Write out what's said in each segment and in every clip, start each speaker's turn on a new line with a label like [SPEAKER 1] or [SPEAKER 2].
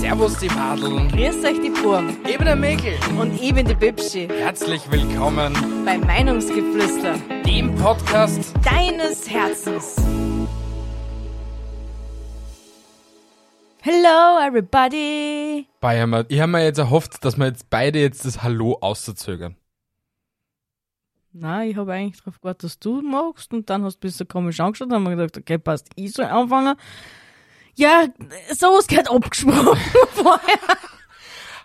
[SPEAKER 1] Servus die Madeln,
[SPEAKER 2] Grüß euch die Burm
[SPEAKER 1] eben der Mäkel.
[SPEAKER 2] und eben die Bibschi
[SPEAKER 1] Herzlich willkommen,
[SPEAKER 2] bei Meinungsgeflüster
[SPEAKER 1] dem Podcast.
[SPEAKER 2] deines Herzens. Hello everybody.
[SPEAKER 1] Bayermann, ich habe mir jetzt erhofft, dass wir jetzt beide jetzt das Hallo auszuzögern.
[SPEAKER 2] Na, ich habe eigentlich drauf gewartet, dass du magst und dann hast du ein bisschen komisch angeschaut und dann haben wir gedacht, okay, passt, ich soll anfangen. Ja, sowas gehört abgesprochen vorher.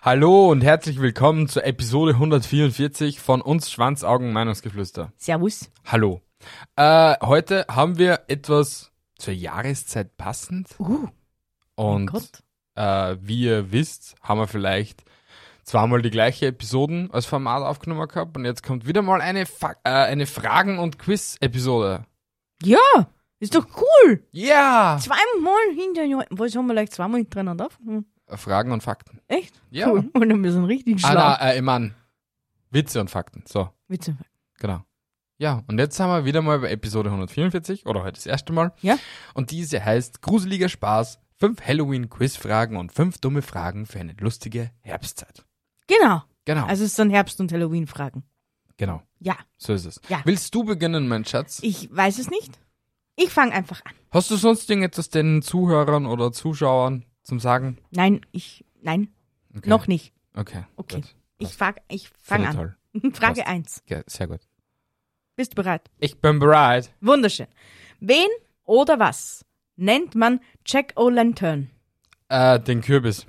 [SPEAKER 1] Hallo und herzlich willkommen zur Episode 144 von uns Schwanzaugen Meinungsgeflüster.
[SPEAKER 2] Servus.
[SPEAKER 1] Hallo. Äh, heute haben wir etwas zur Jahreszeit passend
[SPEAKER 2] Uh,
[SPEAKER 1] und
[SPEAKER 2] Gott.
[SPEAKER 1] äh, wie ihr wisst, haben wir vielleicht zweimal die gleiche Episoden als Format aufgenommen gehabt und jetzt kommt wieder mal eine, Fa äh, eine Fragen- und Quiz-Episode.
[SPEAKER 2] Ja, ist doch cool.
[SPEAKER 1] Ja!
[SPEAKER 2] Zweimal hintereinander. Was haben wir gleich zweimal hintereinander aufgenommen?
[SPEAKER 1] Äh, Fragen und Fakten.
[SPEAKER 2] Echt?
[SPEAKER 1] Ja.
[SPEAKER 2] Cool. Und wir sind richtig schlau.
[SPEAKER 1] Ah, na, äh, ich mein, Witze und Fakten. So,
[SPEAKER 2] Witze.
[SPEAKER 1] genau. Ja, und jetzt sind wir wieder mal bei Episode 144 oder heute das erste Mal.
[SPEAKER 2] Ja.
[SPEAKER 1] Und diese heißt Gruseliger Spaß, fünf Halloween-Quiz-Fragen und fünf dumme Fragen für eine lustige Herbstzeit.
[SPEAKER 2] Genau.
[SPEAKER 1] Genau.
[SPEAKER 2] Also es sind Herbst- und Halloween-Fragen.
[SPEAKER 1] genau.
[SPEAKER 2] Ja,
[SPEAKER 1] So ist es.
[SPEAKER 2] Ja.
[SPEAKER 1] Willst du beginnen, mein Schatz?
[SPEAKER 2] ich weiß es nicht. Ich fange einfach an.
[SPEAKER 1] Hast du sonst irgendetwas den Zuhörern oder Zuschauern zum Sagen?
[SPEAKER 2] Nein, ich, nein,
[SPEAKER 1] Okay.
[SPEAKER 2] noch nicht.
[SPEAKER 1] Okay.
[SPEAKER 2] Okay.
[SPEAKER 1] Gut.
[SPEAKER 2] Ich frag, ich
[SPEAKER 1] Finde
[SPEAKER 2] fange
[SPEAKER 1] ich
[SPEAKER 2] an.
[SPEAKER 1] Toll.
[SPEAKER 2] Frage
[SPEAKER 1] Passt.
[SPEAKER 2] 1.
[SPEAKER 1] Ja, sehr gut.
[SPEAKER 2] Bist du bereit?
[SPEAKER 1] Ich bin bereit.
[SPEAKER 2] Wunderschön. Wen oder was nennt man Jack O'Lantern?
[SPEAKER 1] Äh, den Kürbis.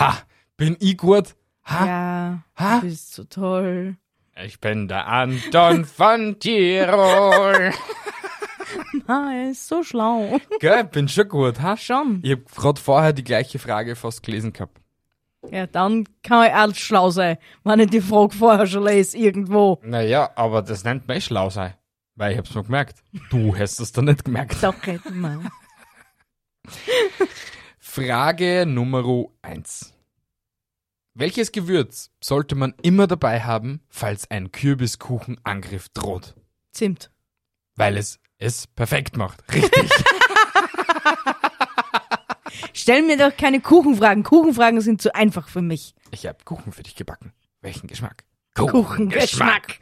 [SPEAKER 1] Ha! Bin ich gut? Ha!
[SPEAKER 2] Ja,
[SPEAKER 1] Ha?
[SPEAKER 2] du bist so toll.
[SPEAKER 1] Ich bin der Anton von Tirol.
[SPEAKER 2] Ah, er ist so schlau.
[SPEAKER 1] Gell, bin schon gut, ha?
[SPEAKER 2] Schon.
[SPEAKER 1] Ich hab grad vorher die gleiche Frage fast gelesen gehabt.
[SPEAKER 2] Ja, dann kann ich auch schlau sein, wenn ich die Frage vorher schon lese, irgendwo.
[SPEAKER 1] Naja, aber das nennt man eh schlau sein. Weil ich hab's mir gemerkt. Du hast es dann nicht gemerkt.
[SPEAKER 2] Doch, hätten wir.
[SPEAKER 1] Frage Nummer 1. Welches Gewürz sollte man immer dabei haben, falls ein Kürbiskuchenangriff droht?
[SPEAKER 2] Zimt.
[SPEAKER 1] Weil es es perfekt macht. Richtig.
[SPEAKER 2] Stell mir doch keine Kuchenfragen. Kuchenfragen sind zu einfach für mich.
[SPEAKER 1] ich hab Kuchen für dich gebacken. Welchen Geschmack?
[SPEAKER 2] Kuchengeschmack.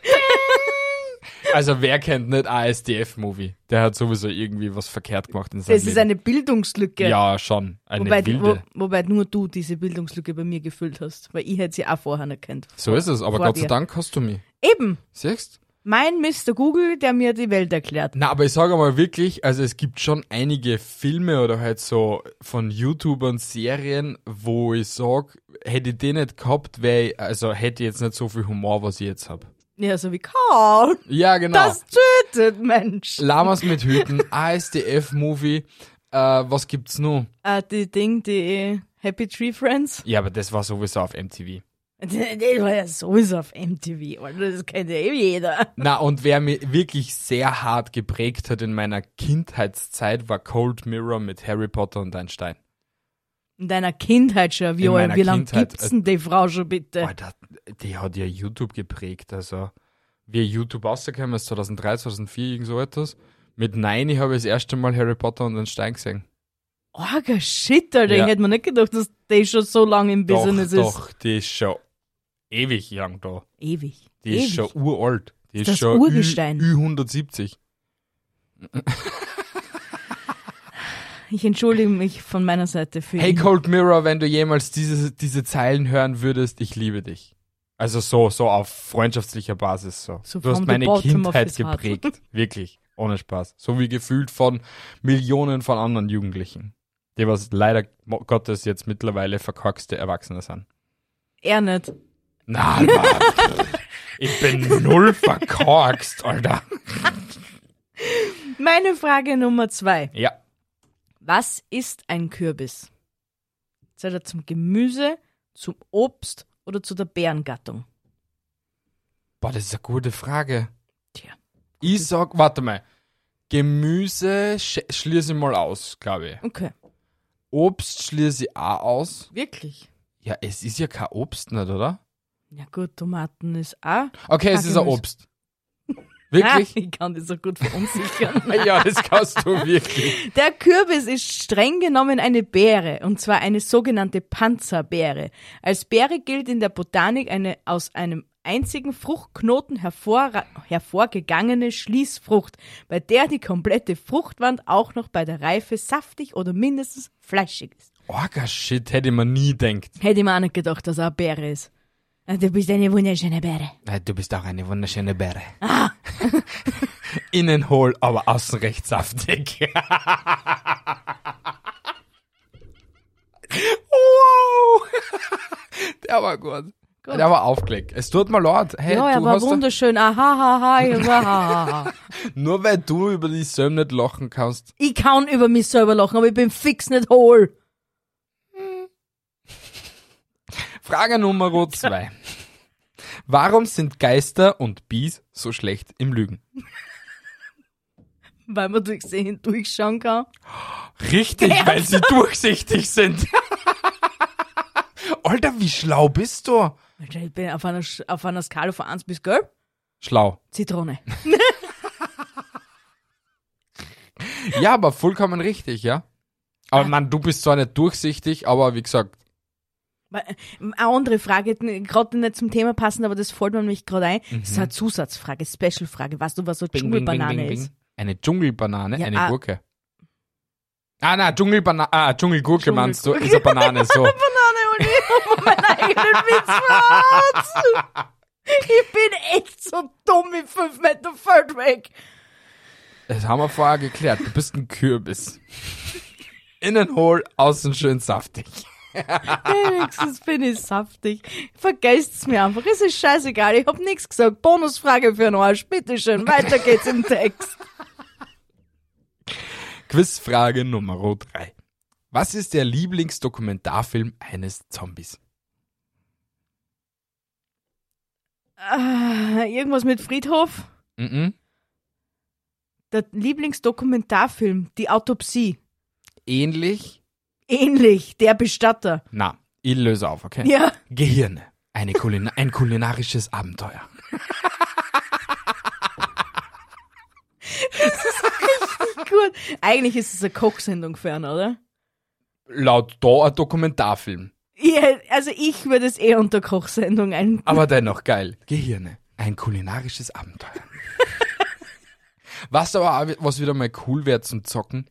[SPEAKER 1] Also wer kennt nicht ASDF-Movie? Der hat sowieso irgendwie was verkehrt gemacht in seinem
[SPEAKER 2] Das ist
[SPEAKER 1] Leben.
[SPEAKER 2] eine Bildungslücke.
[SPEAKER 1] ja, schon. Eine
[SPEAKER 2] wobei,
[SPEAKER 1] wilde.
[SPEAKER 2] wo, wobei nur du diese Bildungslücke bei mir gefüllt hast, weil ich hätte sie auch vorher nicht kennt.
[SPEAKER 1] so ist es, aber
[SPEAKER 2] vor
[SPEAKER 1] Gott sei
[SPEAKER 2] dir.
[SPEAKER 1] Dank hast du mich.
[SPEAKER 2] Eben,
[SPEAKER 1] Siehst?
[SPEAKER 2] mein Mr. Google, der mir die Welt erklärt.
[SPEAKER 1] Na, aber ich sage mal wirklich, also es gibt schon einige Filme oder halt so von YouTubern Serien, wo ich sag, hätte ich den nicht gehabt, wäre ich, also hätte ich jetzt nicht so viel Humor, was ich jetzt hab.
[SPEAKER 2] Ja, so wie Karl,
[SPEAKER 1] Ja, genau.
[SPEAKER 2] das tötet, Mensch.
[SPEAKER 1] Lamas mit Hüten, ASDF-Movie, äh, was gibt's noch?
[SPEAKER 2] Äh, die Ding, die Happy Tree Friends,
[SPEAKER 1] Ja, aber das war sowieso auf MTV.
[SPEAKER 2] die, die war ja sowieso auf MTV, oder? Das kennt ja eh jeder.
[SPEAKER 1] Na, und wer mich wirklich sehr hart geprägt hat in meiner Kindheitszeit, war Cold Mirror mit Harry Potter und ein Stein.
[SPEAKER 2] In deiner Kindheit schon, wie,
[SPEAKER 1] In meiner
[SPEAKER 2] wie lange
[SPEAKER 1] Kindheit, äh,
[SPEAKER 2] gibt's denn die Frau schon bitte?
[SPEAKER 1] Alter, die hat ja YouTube geprägt. Also, wie YouTube rausgekommen ist, 2003, 2004, irgend so etwas. Mit Nein, ich habe das erste Mal Harry Potter und den Stein gesehen.
[SPEAKER 2] Orger Shit, Alter.
[SPEAKER 1] Ja.
[SPEAKER 2] Ich hätte mir nicht gedacht, dass der schon so lange im
[SPEAKER 1] Doch,
[SPEAKER 2] Business ist.
[SPEAKER 1] doch, die ist schon ewig lang da.
[SPEAKER 2] Ewig.
[SPEAKER 1] Die
[SPEAKER 2] Ewig.
[SPEAKER 1] ist schon uralt. Die ist
[SPEAKER 2] das
[SPEAKER 1] schon
[SPEAKER 2] Urgestein?
[SPEAKER 1] Ü, Ü170.
[SPEAKER 2] Ich entschuldige mich von meiner Seite für
[SPEAKER 1] Hey
[SPEAKER 2] ihn.
[SPEAKER 1] Cold Mirror, wenn du jemals diese, diese Zeilen hören würdest, ich liebe dich. Also so, so auf freundschaftlicher Basis so.
[SPEAKER 2] So
[SPEAKER 1] du hast
[SPEAKER 2] from the
[SPEAKER 1] meine
[SPEAKER 2] bottom of
[SPEAKER 1] Kindheit
[SPEAKER 2] his heart.
[SPEAKER 1] geprägt. Wirklich. Ohne Spaß. So wie gefühlt von Millionen von anderen Jugendlichen. Die was leider mo- Gottes jetzt mittlerweile verkorkste Erwachsene sind.
[SPEAKER 2] Er nicht.
[SPEAKER 1] Na, na. ich bin null verkorkst, Alter.
[SPEAKER 2] Meine Frage Nummer zwei.
[SPEAKER 1] Ja.
[SPEAKER 2] Was ist ein Kürbis? Zählt er zum Gemüse, zum Obst oder zu der Bärengattung?
[SPEAKER 1] Boah, das ist eine gute Frage.
[SPEAKER 2] Tja.
[SPEAKER 1] Ich sag, warte mal. Gemüse sch schließe ich mal aus, glaube ich.
[SPEAKER 2] Okay.
[SPEAKER 1] Obst schließe ich auch aus.
[SPEAKER 2] Wirklich?
[SPEAKER 1] Ja, es ist ja kein Obst, nicht, oder?
[SPEAKER 2] Ja gut, Tomaten ist auch.
[SPEAKER 1] Okay, es
[SPEAKER 2] Kein
[SPEAKER 1] ist ein
[SPEAKER 2] Gemüse.
[SPEAKER 1] Obst. Wirklich?
[SPEAKER 2] Ah, ich kann das so gut verunsichern.
[SPEAKER 1] Ja, das kannst du wirklich.
[SPEAKER 2] Der Kürbis ist streng genommen eine Beere, und zwar eine sogenannte Panzerbeere. Als Beere gilt in der Botanik eine aus einem einzigen Fruchtknoten hervorra- hervorgegangene Schließfrucht, bei der die komplette Fruchtwand auch noch bei der Reife saftig oder mindestens fleischig ist.
[SPEAKER 1] Orga Shit hätte man nie gedacht.
[SPEAKER 2] Hätte ich mir auch nicht gedacht, dass er eine Beere ist. Ah, Du bist eine wunderschöne Beere.
[SPEAKER 1] Äh, Du bist auch eine wunderschöne Beere.
[SPEAKER 2] Ah.
[SPEAKER 1] Innen hohl, aber außen recht saftig. wow! Der war gut.
[SPEAKER 2] Gut.
[SPEAKER 1] Der war aufgelegt. Es tut mir leid. Hey,
[SPEAKER 2] ja, er
[SPEAKER 1] du
[SPEAKER 2] war
[SPEAKER 1] hast doch-
[SPEAKER 2] wunderschön. Ah, ha, ha, ha, ja, ha, ha, ha, ha.
[SPEAKER 1] Nur weil du über die Söm nicht lachen kannst.
[SPEAKER 2] Ich kann über mich selber lachen, aber ich bin fix nicht hohl.
[SPEAKER 1] Frage Nummer zwei. Warum sind Geister und Bies so schlecht im Lügen?
[SPEAKER 2] Weil man durchs Sehen durchschauen kann.
[SPEAKER 1] Richtig, weil sie durchsichtig sind. Alter, wie schlau bist du?
[SPEAKER 2] Alter, ich bin auf einer, Sch- auf einer Skala von 1 bis gelb.
[SPEAKER 1] Schlau.
[SPEAKER 2] Zitrone.
[SPEAKER 1] Ja, aber vollkommen richtig, ja. Aber man, du bist zwar nicht durchsichtig, aber wie gesagt,
[SPEAKER 2] Weil, äh, Eine andere Frage, gerade nicht zum Thema passend, aber das fällt mir nämlich gerade ein. Das ist eine Zusatzfrage, Specialfrage. Weißt du, was so Dschungelbanane ist?
[SPEAKER 1] eine Dschungelbanane,
[SPEAKER 2] Ja,
[SPEAKER 1] eine
[SPEAKER 2] ah.
[SPEAKER 1] Gurke. Ah, na, Dschungelbanane, ah, Dschungelgurke
[SPEAKER 2] Dschungelgurke.
[SPEAKER 1] meinst du, ist eine Banane, so.
[SPEAKER 2] Banane und ich hab meinen eigenen Witz verhaut. Ich bin echt so dumm im 5 Meter Feld weg.
[SPEAKER 1] Das haben wir vorher geklärt. Du bist ein Kürbis. Innen hohl, außen schön saftig.
[SPEAKER 2] Wenigstens bin ich saftig. Vergesst's mir einfach. Es ist scheißegal. Ich hab nichts gesagt. Bonusfrage für den Arsch. Bitteschön. Weiter geht's im Text.
[SPEAKER 1] Quizfrage Nummer 3. Was ist der Lieblingsdokumentarfilm eines Zombies?
[SPEAKER 2] Ah, irgendwas mit Friedhof?
[SPEAKER 1] Mhm.
[SPEAKER 2] Der Lieblingsdokumentarfilm, die Autopsie.
[SPEAKER 1] Ähnlich?
[SPEAKER 2] Ähnlich, der Bestatter.
[SPEAKER 1] Na, ich löse auf, okay?
[SPEAKER 2] Ja.
[SPEAKER 1] Gehirne. Eine Kulina ein kulinarisches Abenteuer.
[SPEAKER 2] Gut. Eigentlich ist es eine Kochsendung fern, oder?
[SPEAKER 1] Laut da ein Dokumentarfilm.
[SPEAKER 2] Ich, hätt- also ich würde es eher unter Kochsendung ein.
[SPEAKER 1] Aber dennoch geil. Gehirne. Ein kulinarisches Abenteuer. was aber auch, was wieder mal cool wäre zum Zocken?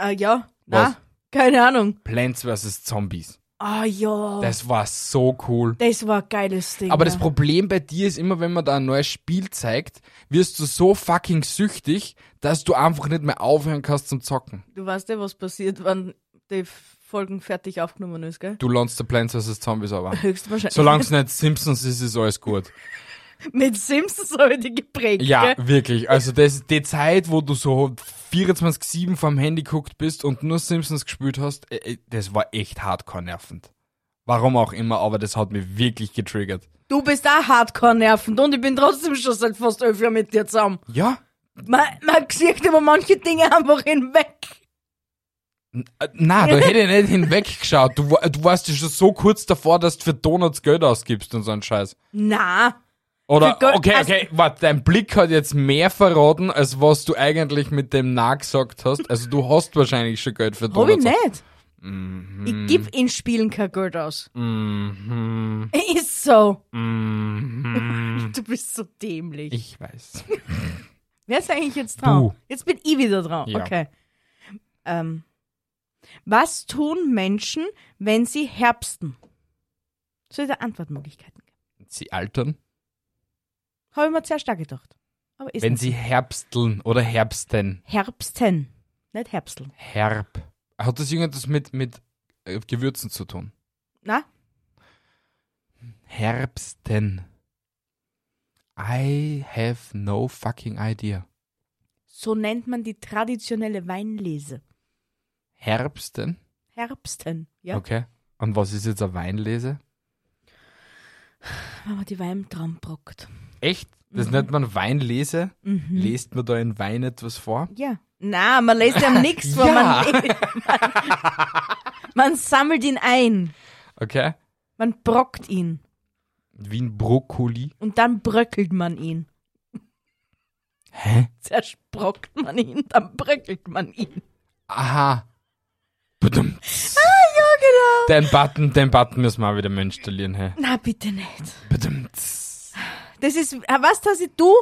[SPEAKER 2] Äh, ja.
[SPEAKER 1] Was?
[SPEAKER 2] Na, keine Ahnung.
[SPEAKER 1] Plants vs. Zombies.
[SPEAKER 2] Ah ja. Das,
[SPEAKER 1] Das war so cool.
[SPEAKER 2] war ein geiles Ding.
[SPEAKER 1] Aber das
[SPEAKER 2] ja.
[SPEAKER 1] Problem bei dir ist immer, wenn man da ein neues Spiel zeigt, wirst du so fucking süchtig, dass du einfach nicht mehr aufhören kannst zum Zocken.
[SPEAKER 2] Du weißt ja, was passiert, wenn die Folgen fertig aufgenommen ist, gell?
[SPEAKER 1] Du lernst der Plants vs. Zombies aber.
[SPEAKER 2] Höchstwahrscheinlich.
[SPEAKER 1] Solange es nicht Simpsons ist, ist alles gut.
[SPEAKER 2] Mit Simpsons habe ich die geprägt,
[SPEAKER 1] Ja,
[SPEAKER 2] gell?
[SPEAKER 1] wirklich. Also das ist die Zeit, wo du so 24-7 vom Handy guckt bist und nur Simpsons gespielt hast, äh, äh, das war echt hardcore nervend. Warum auch immer, aber das hat mich wirklich getriggert.
[SPEAKER 2] Du bist auch hardcore nervend und ich bin trotzdem schon seit fast elf Jahren mit dir zusammen.
[SPEAKER 1] Ja,
[SPEAKER 2] Man, man sieht über manche Dinge einfach hinweg.
[SPEAKER 1] Äh, Na, da hätte ich nicht hinweggeschaut. Du, wa- du warst ja schon so kurz davor, dass du für Donuts Geld ausgibst und so einen Scheiß.
[SPEAKER 2] Na,
[SPEAKER 1] Oder,
[SPEAKER 2] Für Gold-
[SPEAKER 1] okay,
[SPEAKER 2] also-
[SPEAKER 1] okay, warte, dein Blick hat jetzt mehr verraten, als was du eigentlich mit dem Na gesagt hast. Also du hast wahrscheinlich schon Geld für
[SPEAKER 2] hab ich
[SPEAKER 1] Donuts.
[SPEAKER 2] nicht.
[SPEAKER 1] Hm.
[SPEAKER 2] Ich gib in Spielen kein Geld aus.
[SPEAKER 1] Mhm,
[SPEAKER 2] Ist so.
[SPEAKER 1] mhm.
[SPEAKER 2] Du bist so dämlich.
[SPEAKER 1] Ich weiß.
[SPEAKER 2] Wer ist eigentlich jetzt dran?
[SPEAKER 1] Du.
[SPEAKER 2] Jetzt bin ich wieder dran.
[SPEAKER 1] Ja.
[SPEAKER 2] Okay. Ähm, was tun Menschen, wenn sie herbsten? So ist Antwortmöglichkeiten.
[SPEAKER 1] Sie altern,
[SPEAKER 2] Habe ich mir zuerst auch gedacht. Aber ist
[SPEAKER 1] wenn
[SPEAKER 2] nicht.
[SPEAKER 1] sie herbsteln oder herbsten.
[SPEAKER 2] Herbsten, nicht Herbsteln.
[SPEAKER 1] Herb. Hat das irgendetwas mit, mit äh, Gewürzen zu tun?
[SPEAKER 2] Na?
[SPEAKER 1] Herbsten. I have no fucking idea.
[SPEAKER 2] So nennt man die traditionelle Weinlese.
[SPEAKER 1] Herbsten?
[SPEAKER 2] Herbsten, ja?
[SPEAKER 1] Okay. Und was ist jetzt eine Weinlese?
[SPEAKER 2] Wenn man die Weintraum brockt.
[SPEAKER 1] Echt? Das nennt man Weinlese?
[SPEAKER 2] Mhm.
[SPEAKER 1] Lest man da in Wein etwas vor?
[SPEAKER 2] Ja. Na, man lässt ja nichts, weil
[SPEAKER 1] Ja.
[SPEAKER 2] man, man sammelt ihn ein.
[SPEAKER 1] Okay.
[SPEAKER 2] Man brockt ihn.
[SPEAKER 1] Wie ein Brokkoli.
[SPEAKER 2] Und dann bröckelt man ihn.
[SPEAKER 1] Hä?
[SPEAKER 2] Zersprockt man ihn, dann bröckelt man ihn.
[SPEAKER 1] Aha. Badum.
[SPEAKER 2] Ja, genau.
[SPEAKER 1] Den Button, den Button müssen wir auch wieder mal installieren. Hä?
[SPEAKER 2] Na, bitte nicht.
[SPEAKER 1] Badum.
[SPEAKER 2] Das ist, was hast du,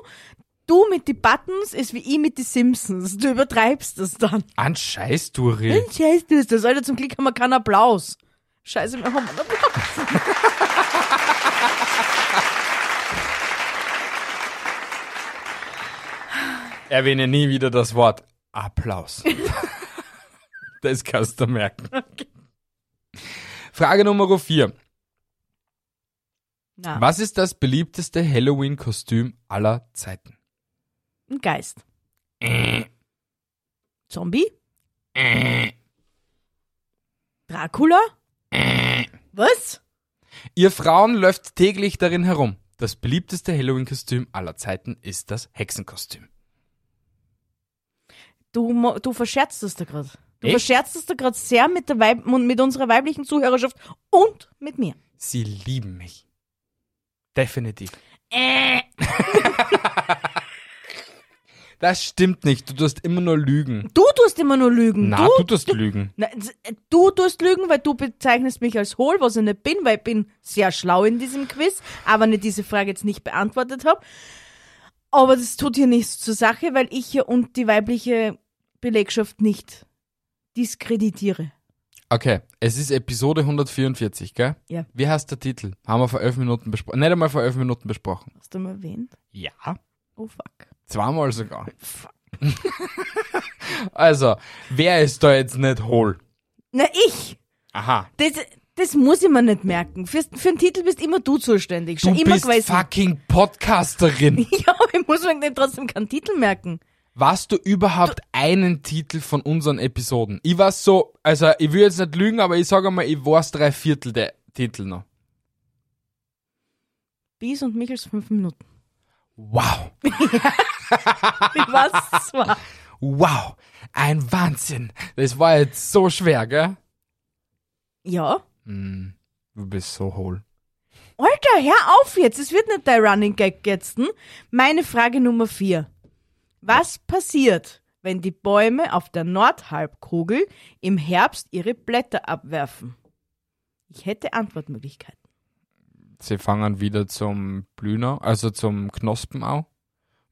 [SPEAKER 2] du mit den Buttons ist wie ich mit den Simpsons. Du übertreibst das dann.
[SPEAKER 1] An Scheiß, Duri.
[SPEAKER 2] Dann scheißt du das. Alter, zum Glück haben wir keinen Applaus. Scheiße, wir haben einen Applaus.
[SPEAKER 1] Erwähne nie wieder das Wort Applaus. das kannst du merken. Frage Nummer 4.
[SPEAKER 2] Na,
[SPEAKER 1] Was ist das beliebteste Halloween-Kostüm aller Zeiten?
[SPEAKER 2] ein Geist. Zombie? Dracula? Was?
[SPEAKER 1] Ihr Frauen läuft täglich darin herum. Das beliebteste Halloween-Kostüm aller Zeiten ist das Hexenkostüm.
[SPEAKER 2] Du, mo- du verscherzt es da gerade. Du
[SPEAKER 1] Echt?
[SPEAKER 2] verscherzt es da gerade sehr mit, der Weib und mit unserer weiblichen Zuhörerschaft und mit mir.
[SPEAKER 1] Sie lieben mich. Definitiv.
[SPEAKER 2] Äh.
[SPEAKER 1] Das stimmt nicht. Du tust immer nur Lügen.
[SPEAKER 2] Du tust immer nur Lügen.
[SPEAKER 1] Na,
[SPEAKER 2] du,
[SPEAKER 1] du tust Lügen.
[SPEAKER 2] Na, z- du tust Lügen, weil du bezeichnest mich als hohl, was ich nicht bin, weil ich bin sehr schlau in diesem Quiz, aber nicht diese Frage jetzt nicht beantwortet habe. Aber das tut hier nichts zur Sache, weil ich hier und die weibliche Belegschaft nicht diskreditiere.
[SPEAKER 1] Okay, es ist Episode 144, gell?
[SPEAKER 2] Ja.
[SPEAKER 1] Wie heißt der Titel? Haben wir vor elf Minuten besprochen. Nicht einmal vor elf Minuten besprochen.
[SPEAKER 2] Hast du mal erwähnt?
[SPEAKER 1] Ja.
[SPEAKER 2] Oh fuck.
[SPEAKER 1] Zweimal sogar.
[SPEAKER 2] Fuck.
[SPEAKER 1] Also, wer ist da jetzt nicht hohl?
[SPEAKER 2] Na ich!
[SPEAKER 1] Aha.
[SPEAKER 2] Das, das muss ich mir nicht merken. Für, für einen Titel bist immer du zuständig.
[SPEAKER 1] Du
[SPEAKER 2] Schon immer
[SPEAKER 1] bist
[SPEAKER 2] gewesen.
[SPEAKER 1] fucking Podcasterin.
[SPEAKER 2] Ja, aber ich muss mir denn trotzdem keinen Titel merken.
[SPEAKER 1] Warst du überhaupt einen Titel von unseren Episoden? Ich war so, also ich will jetzt nicht lügen, aber ich sage mal, ich war's drei Viertel der Titel noch.
[SPEAKER 2] Bies und Michels fünf Minuten.
[SPEAKER 1] Wow,
[SPEAKER 2] Ich weiß zwar.
[SPEAKER 1] wow, ein Wahnsinn. Das war jetzt so schwer, gell?
[SPEAKER 2] Ja.
[SPEAKER 1] Mm, du bist so hohl.
[SPEAKER 2] Alter, hör auf jetzt. Es wird nicht dein Running Gag jetzt. Hm? Meine Frage Nummer vier. Was passiert, wenn die Bäume auf der Nordhalbkugel im Herbst ihre Blätter abwerfen? Ich hätte Antwortmöglichkeiten.
[SPEAKER 1] Sie fangen wieder zum Blühner, also zum Knospen an,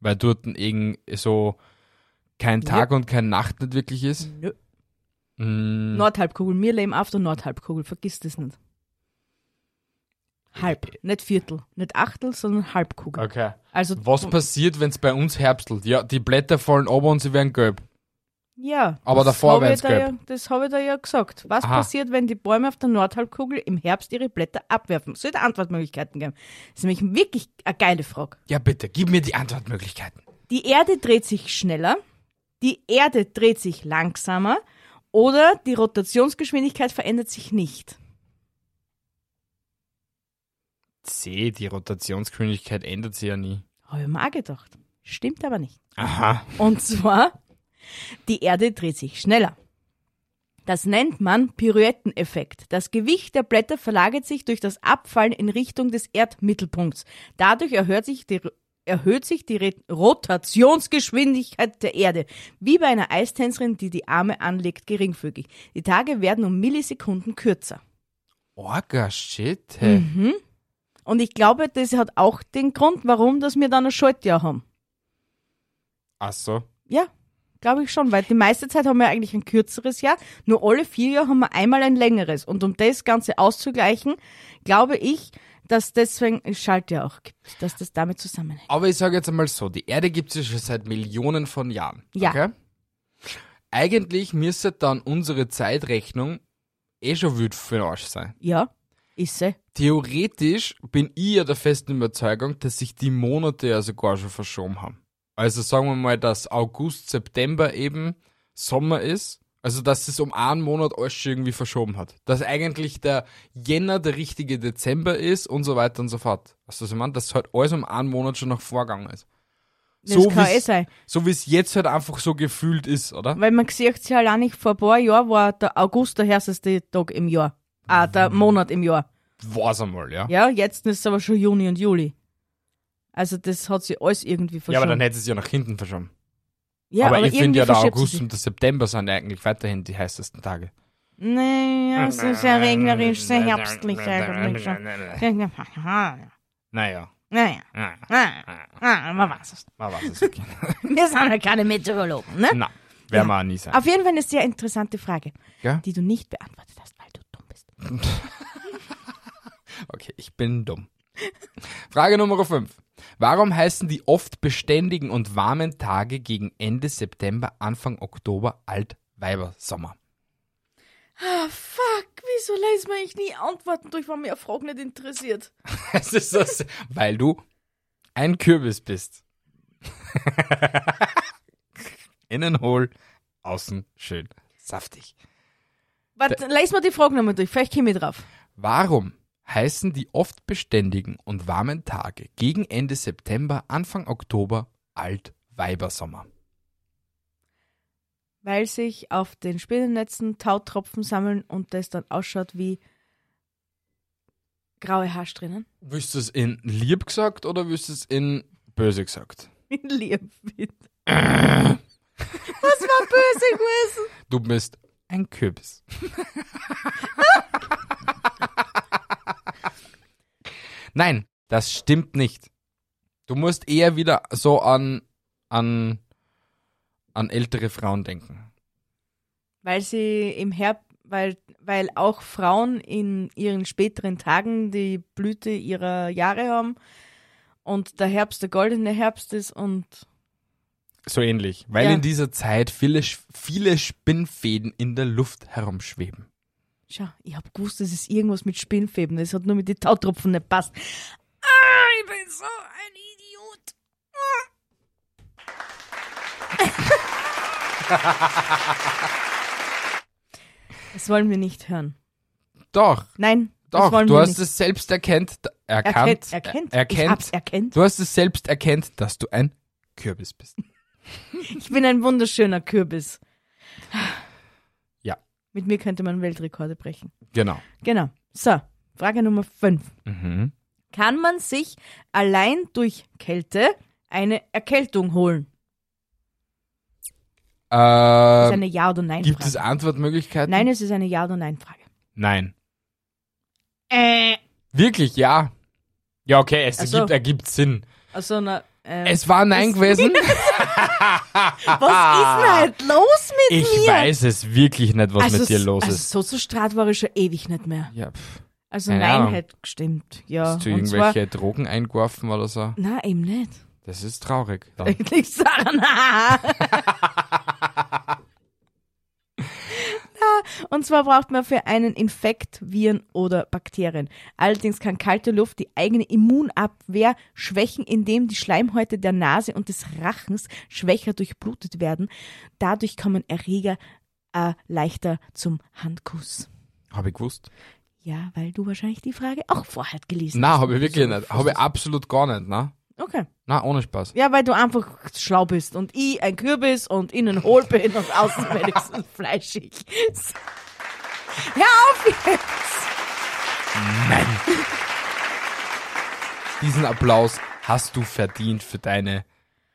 [SPEAKER 1] weil dort irgend so kein
[SPEAKER 2] Ja.
[SPEAKER 1] Tag und keine Nacht nicht wirklich ist.
[SPEAKER 2] Nö.
[SPEAKER 1] Mm,
[SPEAKER 2] Nordhalbkugel. Wir leben auf der Nordhalbkugel. Vergiss das nicht.
[SPEAKER 1] Äh,
[SPEAKER 2] Halb, nicht Viertel, nicht Achtel, sondern Halbkugel.
[SPEAKER 1] okay.
[SPEAKER 2] Also
[SPEAKER 1] Äh, Was passiert, wenn's bei uns herbstelt? Ja, die Blätter fallen ab und sie werden gelb.
[SPEAKER 2] Ja.
[SPEAKER 1] Aber
[SPEAKER 2] das
[SPEAKER 1] davor
[SPEAKER 2] hab ich
[SPEAKER 1] wär's
[SPEAKER 2] da
[SPEAKER 1] gelb.
[SPEAKER 2] Ja, das habe ich da ja gesagt. Was
[SPEAKER 1] Aha.
[SPEAKER 2] passiert, wenn die Bäume auf der Nordhalbkugel im Herbst ihre Blätter abwerfen? Es Sollte Antwortmöglichkeiten geben. Das ist nämlich wirklich eine geile Frage.
[SPEAKER 1] Ja, bitte, gib mir die Antwortmöglichkeiten.
[SPEAKER 2] Die Erde dreht sich schneller, die Erde dreht sich langsamer oder die Rotationsgeschwindigkeit verändert sich nicht.
[SPEAKER 1] C, die Rotationsgeschwindigkeit ändert sich ja nie.
[SPEAKER 2] Habe ich mir auch gedacht. Stimmt aber nicht.
[SPEAKER 1] Aha.
[SPEAKER 2] Und zwar, die Erde dreht sich schneller. Das nennt man Pirouetteneffekt. Das Gewicht der Blätter verlagert sich durch das Abfallen in Richtung des Erdmittelpunkts. Dadurch erhöht sich die, erhöht sich die Re- Rotationsgeschwindigkeit der Erde, wie bei einer Eistänzerin, die die Arme anlegt, geringfügig. Die Tage werden um Millisekunden kürzer. Mhm.
[SPEAKER 1] Orga shit. Hey.
[SPEAKER 2] Hm. Und ich glaube, das hat auch den Grund, warum dass wir dann ein Schaltjahr haben.
[SPEAKER 1] Ach so.
[SPEAKER 2] Ja, glaube ich schon, weil die meiste Zeit haben wir eigentlich ein kürzeres Jahr. Nur alle vier Jahre haben wir einmal ein längeres. Und um das Ganze auszugleichen, glaube ich, dass deswegen es Schaltjahr auch gibt, dass das damit zusammenhängt.
[SPEAKER 1] Aber ich sage jetzt einmal so, die Erde gibt es ja schon seit Millionen von Jahren.
[SPEAKER 2] Ja.
[SPEAKER 1] Okay? Eigentlich müsste dann unsere Zeitrechnung eh schon wild für den Arsch sein.
[SPEAKER 2] Ja, ist sie.
[SPEAKER 1] Theoretisch bin ich ja der festen Überzeugung, dass sich die Monate ja sogar schon verschoben haben. Also sagen wir mal, dass August, September eben Sommer ist. Also dass es um einen Monat alles schon irgendwie verschoben hat. Dass eigentlich der Jänner der richtige Dezember ist und so weiter und so fort. Weißt du, was ich meine? Dass halt alles um einen Monat schon nach vorgegangen ist.
[SPEAKER 2] Das
[SPEAKER 1] So
[SPEAKER 2] kann
[SPEAKER 1] wie's-
[SPEAKER 2] eh sein.
[SPEAKER 1] So wie es jetzt halt einfach so gefühlt ist, oder?
[SPEAKER 2] Weil man sieht ja allein nicht, vor ein paar Jahren war der August der heißeste Tag im Jahr. Ah, der Monat im Jahr.
[SPEAKER 1] War's einmal, ja.
[SPEAKER 2] Ja, jetzt ist es aber schon Juni und Juli. Also das hat sie alles irgendwie verschoben.
[SPEAKER 1] Ja, aber dann hätte sie es ja nach hinten verschoben.
[SPEAKER 2] Ja,
[SPEAKER 1] aber, ich finde
[SPEAKER 2] irgendwie
[SPEAKER 1] ja, der
[SPEAKER 2] verschiebt sie
[SPEAKER 1] August
[SPEAKER 2] sich.
[SPEAKER 1] und der September sind eigentlich weiterhin die heißesten Tage. Oh
[SPEAKER 2] Naja, es ist ja regnerisch, sehr herbstlich eigentlich schon. Naja,
[SPEAKER 1] Naja, ah, naja,
[SPEAKER 2] naja, naja, man weiß es.
[SPEAKER 1] man weiß es wirklich.
[SPEAKER 2] Wir sind ja keine Meteorologen, ne?
[SPEAKER 1] Nein, werden wir auch nie sein.
[SPEAKER 2] Auf jeden Fall eine sehr interessante Frage,
[SPEAKER 1] Ja?
[SPEAKER 2] die du nicht beantwortet hast, weil du dumm bist.
[SPEAKER 1] Okay, ich bin dumm. Frage Nummer 5. Warum heißen die oft beständigen und warmen Tage gegen Ende September, Anfang Oktober Altweibersommer?
[SPEAKER 2] Ah, fuck, wieso lese mir ich nie Antworten durch, weil mir eine Frage nicht interessiert?
[SPEAKER 1] Es ist das, weil du ein Kürbis bist. Innen hohl, außen schön saftig.
[SPEAKER 2] Warte, lese mir die Frage nochmal durch, vielleicht komme ich drauf.
[SPEAKER 1] Warum heißen die oft beständigen und warmen Tage gegen Ende September, Anfang Oktober Altweibersommer?
[SPEAKER 2] Weil sich auf den Spinnennetzen Tautropfen sammeln und das dann ausschaut wie graue Haarsträhnen.
[SPEAKER 1] Willst du es in lieb gesagt oder willst du es in böse gesagt?
[SPEAKER 2] Lieb, bitte. Was war böse gewesen?
[SPEAKER 1] Du bist ein Kürbis. Nein, das stimmt nicht. Du musst eher wieder so an, an, an ältere Frauen denken.
[SPEAKER 2] Weil sie im Herbst, weil, weil auch Frauen in ihren späteren Tagen die Blüte ihrer Jahre haben und der Herbst der goldene Herbst ist und
[SPEAKER 1] So ähnlich. Weil
[SPEAKER 2] Ja.
[SPEAKER 1] in dieser Zeit viele, Sch- viele Spinnfäden in der Luft herumschweben.
[SPEAKER 2] schau, ich hab gewusst, das ist irgendwas mit Spinnfäden, das hat nur mit den Tautropfen nicht passt. Ah, ich bin so ein Idiot. Ah. Das wollen wir nicht hören.
[SPEAKER 1] Doch,
[SPEAKER 2] Nein, das
[SPEAKER 1] doch.
[SPEAKER 2] wollen
[SPEAKER 1] Du
[SPEAKER 2] wir
[SPEAKER 1] hast
[SPEAKER 2] nicht.
[SPEAKER 1] es selbst erkannt, erkannt,
[SPEAKER 2] erkannt. Erkannt. Ich
[SPEAKER 1] erkannt.
[SPEAKER 2] hab's erkannt.
[SPEAKER 1] Du hast es selbst erkannt, dass du ein Kürbis bist.
[SPEAKER 2] Ich bin ein wunderschöner Kürbis.
[SPEAKER 1] Ja.
[SPEAKER 2] Mit mir könnte man Weltrekorde brechen.
[SPEAKER 1] Genau.
[SPEAKER 2] Genau. So, Frage Nummer 5.
[SPEAKER 1] Mhm.
[SPEAKER 2] Kann man sich allein durch Kälte eine Erkältung holen? Das ist
[SPEAKER 1] Ähm,
[SPEAKER 2] eine Ja- oder Nein-Frage.
[SPEAKER 1] gibt es Antwortmöglichkeiten?
[SPEAKER 2] Nein, es ist eine Ja- oder Nein-Frage.
[SPEAKER 1] Nein.
[SPEAKER 2] Äh.
[SPEAKER 1] Wirklich, ja. Ja, okay, es
[SPEAKER 2] Ach so.
[SPEAKER 1] ergibt, ergibt Sinn.
[SPEAKER 2] Also, na, äh,
[SPEAKER 1] Es war Nein
[SPEAKER 2] Es-
[SPEAKER 1] gewesen.
[SPEAKER 2] was ist denn halt los mit
[SPEAKER 1] Ich
[SPEAKER 2] mir?
[SPEAKER 1] weiß es wirklich nicht, was
[SPEAKER 2] also,
[SPEAKER 1] mit dir
[SPEAKER 2] s-
[SPEAKER 1] los
[SPEAKER 2] also
[SPEAKER 1] ist.
[SPEAKER 2] so zu Strat war ich schon ewig nicht mehr.
[SPEAKER 1] Ja, pff.
[SPEAKER 2] Also
[SPEAKER 1] Keine
[SPEAKER 2] Nein
[SPEAKER 1] Ahnung.
[SPEAKER 2] hätte gestimmt. Ja,
[SPEAKER 1] Hast du
[SPEAKER 2] und zwar,
[SPEAKER 1] irgendwelche Drogen eingeworfen oder so?
[SPEAKER 2] na eben nicht.
[SPEAKER 1] Das ist traurig. Ja.
[SPEAKER 2] Ich nicht sagen. Na, und zwar braucht man für einen Infekt Viren oder Bakterien. Allerdings kann kalte Luft die eigene Immunabwehr schwächen, indem die Schleimhäute der Nase und des Rachens schwächer durchblutet werden. Dadurch kommen Erreger äh, leichter zum Handkuss.
[SPEAKER 1] Habe ich gewusst?
[SPEAKER 2] Ja, weil du wahrscheinlich die Frage auch vorher gelesen hast.
[SPEAKER 1] Na, habe ich wirklich nicht. Habe ich absolut gar nicht, ne?
[SPEAKER 2] Okay.
[SPEAKER 1] Na, ohne Spaß.
[SPEAKER 2] Ja, weil du einfach schlau bist und ich ein Kürbis und innen hohl bin und außen wenigstens fleischig. Hör auf jetzt!
[SPEAKER 1] Diesen Applaus hast du verdient für deine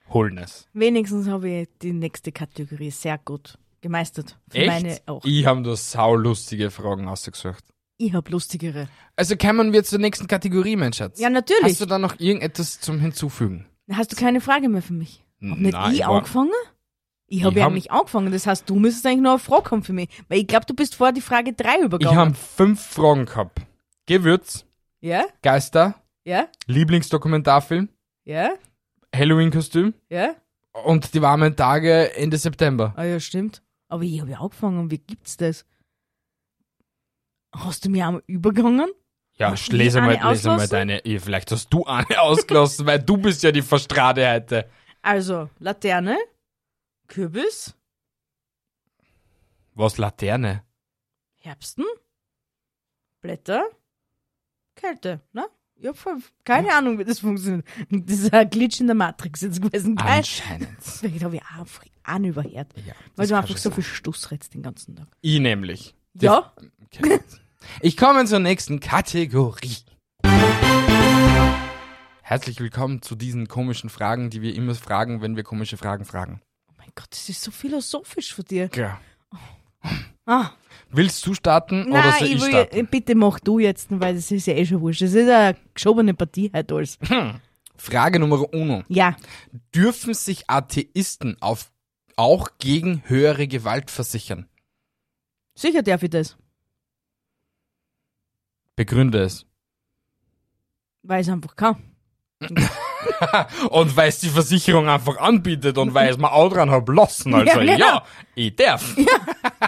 [SPEAKER 1] Hohlness.
[SPEAKER 2] Wenigstens habe ich die nächste Kategorie sehr gut gemeistert. Für
[SPEAKER 1] Echt?
[SPEAKER 2] meine auch.
[SPEAKER 1] Ich habe da saulustige Fragen ausgesucht.
[SPEAKER 2] Ich hab lustigere.
[SPEAKER 1] Also kommen wir zur nächsten Kategorie, mein Schatz.
[SPEAKER 2] Ja, natürlich.
[SPEAKER 1] Hast du da noch irgendetwas zum Hinzufügen?
[SPEAKER 2] Hast du keine Frage mehr für mich? Hab nicht
[SPEAKER 1] Nein, ich
[SPEAKER 2] ich
[SPEAKER 1] war-
[SPEAKER 2] angefangen? Ich habe
[SPEAKER 1] Ich
[SPEAKER 2] ja
[SPEAKER 1] hab-
[SPEAKER 2] eigentlich angefangen. Das heißt, du müsstest eigentlich noch eine Frage haben für mich. Weil ich glaube, du bist vor die Frage 3
[SPEAKER 1] Ich
[SPEAKER 2] übergegangen.
[SPEAKER 1] habe fünf Fragen gehabt. Gewürz,
[SPEAKER 2] Ja?
[SPEAKER 1] Geister,
[SPEAKER 2] Ja?
[SPEAKER 1] Lieblingsdokumentarfilm,
[SPEAKER 2] Ja?
[SPEAKER 1] Halloween-Kostüm
[SPEAKER 2] Ja?
[SPEAKER 1] und die warmen Tage Ende September.
[SPEAKER 2] Ah ja, stimmt. Aber ich habe ja angefangen. Wie gibt's das? Hast du mir einmal übergangen?
[SPEAKER 1] Ja,
[SPEAKER 2] Hast du
[SPEAKER 1] lese
[SPEAKER 2] die
[SPEAKER 1] mal,
[SPEAKER 2] eine
[SPEAKER 1] lese mal
[SPEAKER 2] ausgelassen?
[SPEAKER 1] deine. eh, Vielleicht hast du eine ausgelassen, weil du bist ja die Verstrade heute.
[SPEAKER 2] Also, Laterne, Kürbis,
[SPEAKER 1] Was Laterne?
[SPEAKER 2] Herbsten, Blätter, Kälte, ne? Ich hab voll, keine Ahnung, wie das funktioniert. Das ist ein Glitch in der Matrix jetzt gewesen. Kein,
[SPEAKER 1] Anscheinend.
[SPEAKER 2] deswegen habe ich auch an überhört.
[SPEAKER 1] Ja,
[SPEAKER 2] Äh. Weil
[SPEAKER 1] das
[SPEAKER 2] du
[SPEAKER 1] kann
[SPEAKER 2] einfach
[SPEAKER 1] schon
[SPEAKER 2] so
[SPEAKER 1] sein.
[SPEAKER 2] viel Stuss redst den ganzen Tag.
[SPEAKER 1] Ich nämlich. Die-
[SPEAKER 2] Ja?
[SPEAKER 1] Okay. Ich komme zur nächsten Kategorie. Herzlich willkommen zu diesen komischen Fragen, die wir immer fragen, wenn wir komische Fragen fragen.
[SPEAKER 2] Oh mein Gott, das ist so philosophisch von dir.
[SPEAKER 1] Ja.
[SPEAKER 2] Ah,
[SPEAKER 1] Willst du starten oder
[SPEAKER 2] nein,
[SPEAKER 1] soll ich,
[SPEAKER 2] ich will, äh,
[SPEAKER 1] starten?
[SPEAKER 2] bitte mach du jetzt, weil das ist ja eh schon wurscht. Das ist eine geschobene Partie halt alles.
[SPEAKER 1] Frage Nummer uno.
[SPEAKER 2] Ja,
[SPEAKER 1] Dürfen sich Atheisten auf, auch gegen höhere Gewalt versichern?
[SPEAKER 2] sicher darf ich das,
[SPEAKER 1] Begründe es.
[SPEAKER 2] weil es einfach kann.
[SPEAKER 1] Und weil es die Versicherung einfach anbietet und weil es mir auch dran hab lassen. Also
[SPEAKER 2] Ja,
[SPEAKER 1] ja,
[SPEAKER 2] genau.
[SPEAKER 1] ich darf.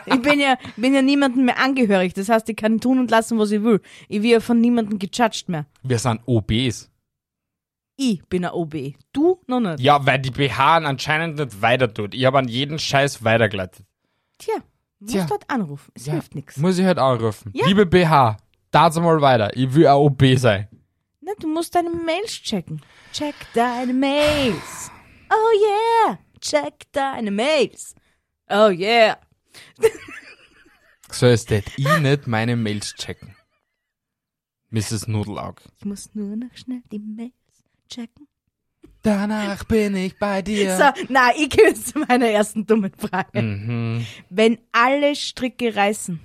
[SPEAKER 2] Ich bin ja, bin ja niemandem mehr angehörig. Das heißt, ich kann tun und lassen, was ich will. Ich will ja von niemandem gejudged mehr.
[SPEAKER 1] Wir sind OBs.
[SPEAKER 2] Ich bin ein OB. Du noch nicht.
[SPEAKER 1] Ja, weil die BH anscheinend nicht weiter tut. Ich habe an jeden Scheiß weitergeleitet.
[SPEAKER 2] Tja, musst
[SPEAKER 1] Tja.
[SPEAKER 2] dort anrufen. Es hilft nichts.
[SPEAKER 1] Muss ich halt anrufen.
[SPEAKER 2] Ja.
[SPEAKER 1] Liebe BH, tat's mal weiter. Ich will ein OB sein.
[SPEAKER 2] Na, Ne, du musst deine Mails checken. Check deine Mails. Oh yeah. Check deine Mails. Oh yeah.
[SPEAKER 1] So ist das. Ich nicht meine Mails checken. Mrs. Nudelaug.
[SPEAKER 2] Ich muss nur noch schnell die Mails checken.
[SPEAKER 1] Danach bin ich bei dir.
[SPEAKER 2] So, na, ich gehe jetzt zu meiner ersten dummen Frage.
[SPEAKER 1] Mhm.
[SPEAKER 2] Wenn alle Stricke reißen,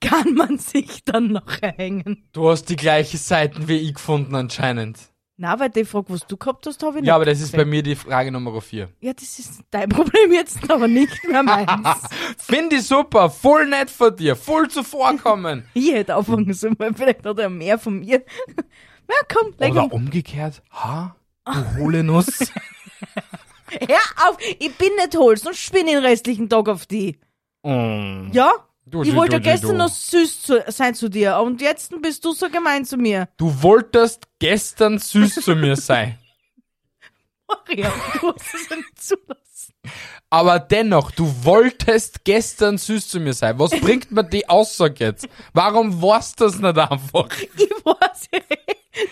[SPEAKER 2] kann man sich dann noch erhängen?
[SPEAKER 1] Du hast die gleiche Seiten wie ich gefunden anscheinend.
[SPEAKER 2] Na, weil die Frage, was du gehabt hast, habe ich nicht.
[SPEAKER 1] Ja, aber das ist bei mir die Frage Nummer 4.
[SPEAKER 2] Ja, das ist dein Problem jetzt, aber nicht mehr meins.
[SPEAKER 1] Finde ich super, voll nett von dir, voll zuvorkommen.
[SPEAKER 2] Ich hätte anfangen sollen, weil vielleicht hat er mehr von mir. Na komm, leg
[SPEAKER 1] Oder
[SPEAKER 2] ihn.
[SPEAKER 1] umgekehrt, ha, du hohle Nuss.
[SPEAKER 2] Hör auf, ich bin nicht hohl, sonst spinne ich den restlichen Tag auf die.
[SPEAKER 1] Mm.
[SPEAKER 2] Ja?
[SPEAKER 1] Du,
[SPEAKER 2] Ich
[SPEAKER 1] du,
[SPEAKER 2] wollte ja
[SPEAKER 1] du, du,
[SPEAKER 2] gestern
[SPEAKER 1] du.
[SPEAKER 2] noch süß zu, sein zu dir und jetzt bist du so gemein zu mir.
[SPEAKER 1] Du wolltest gestern süß zu mir sein,
[SPEAKER 2] Maria, du hast es ja nicht zulassen.
[SPEAKER 1] aber dennoch, du wolltest gestern süß zu mir sein. Was bringt mir die Aussage jetzt? Warum warst das nicht einfach?
[SPEAKER 2] Ich weiß,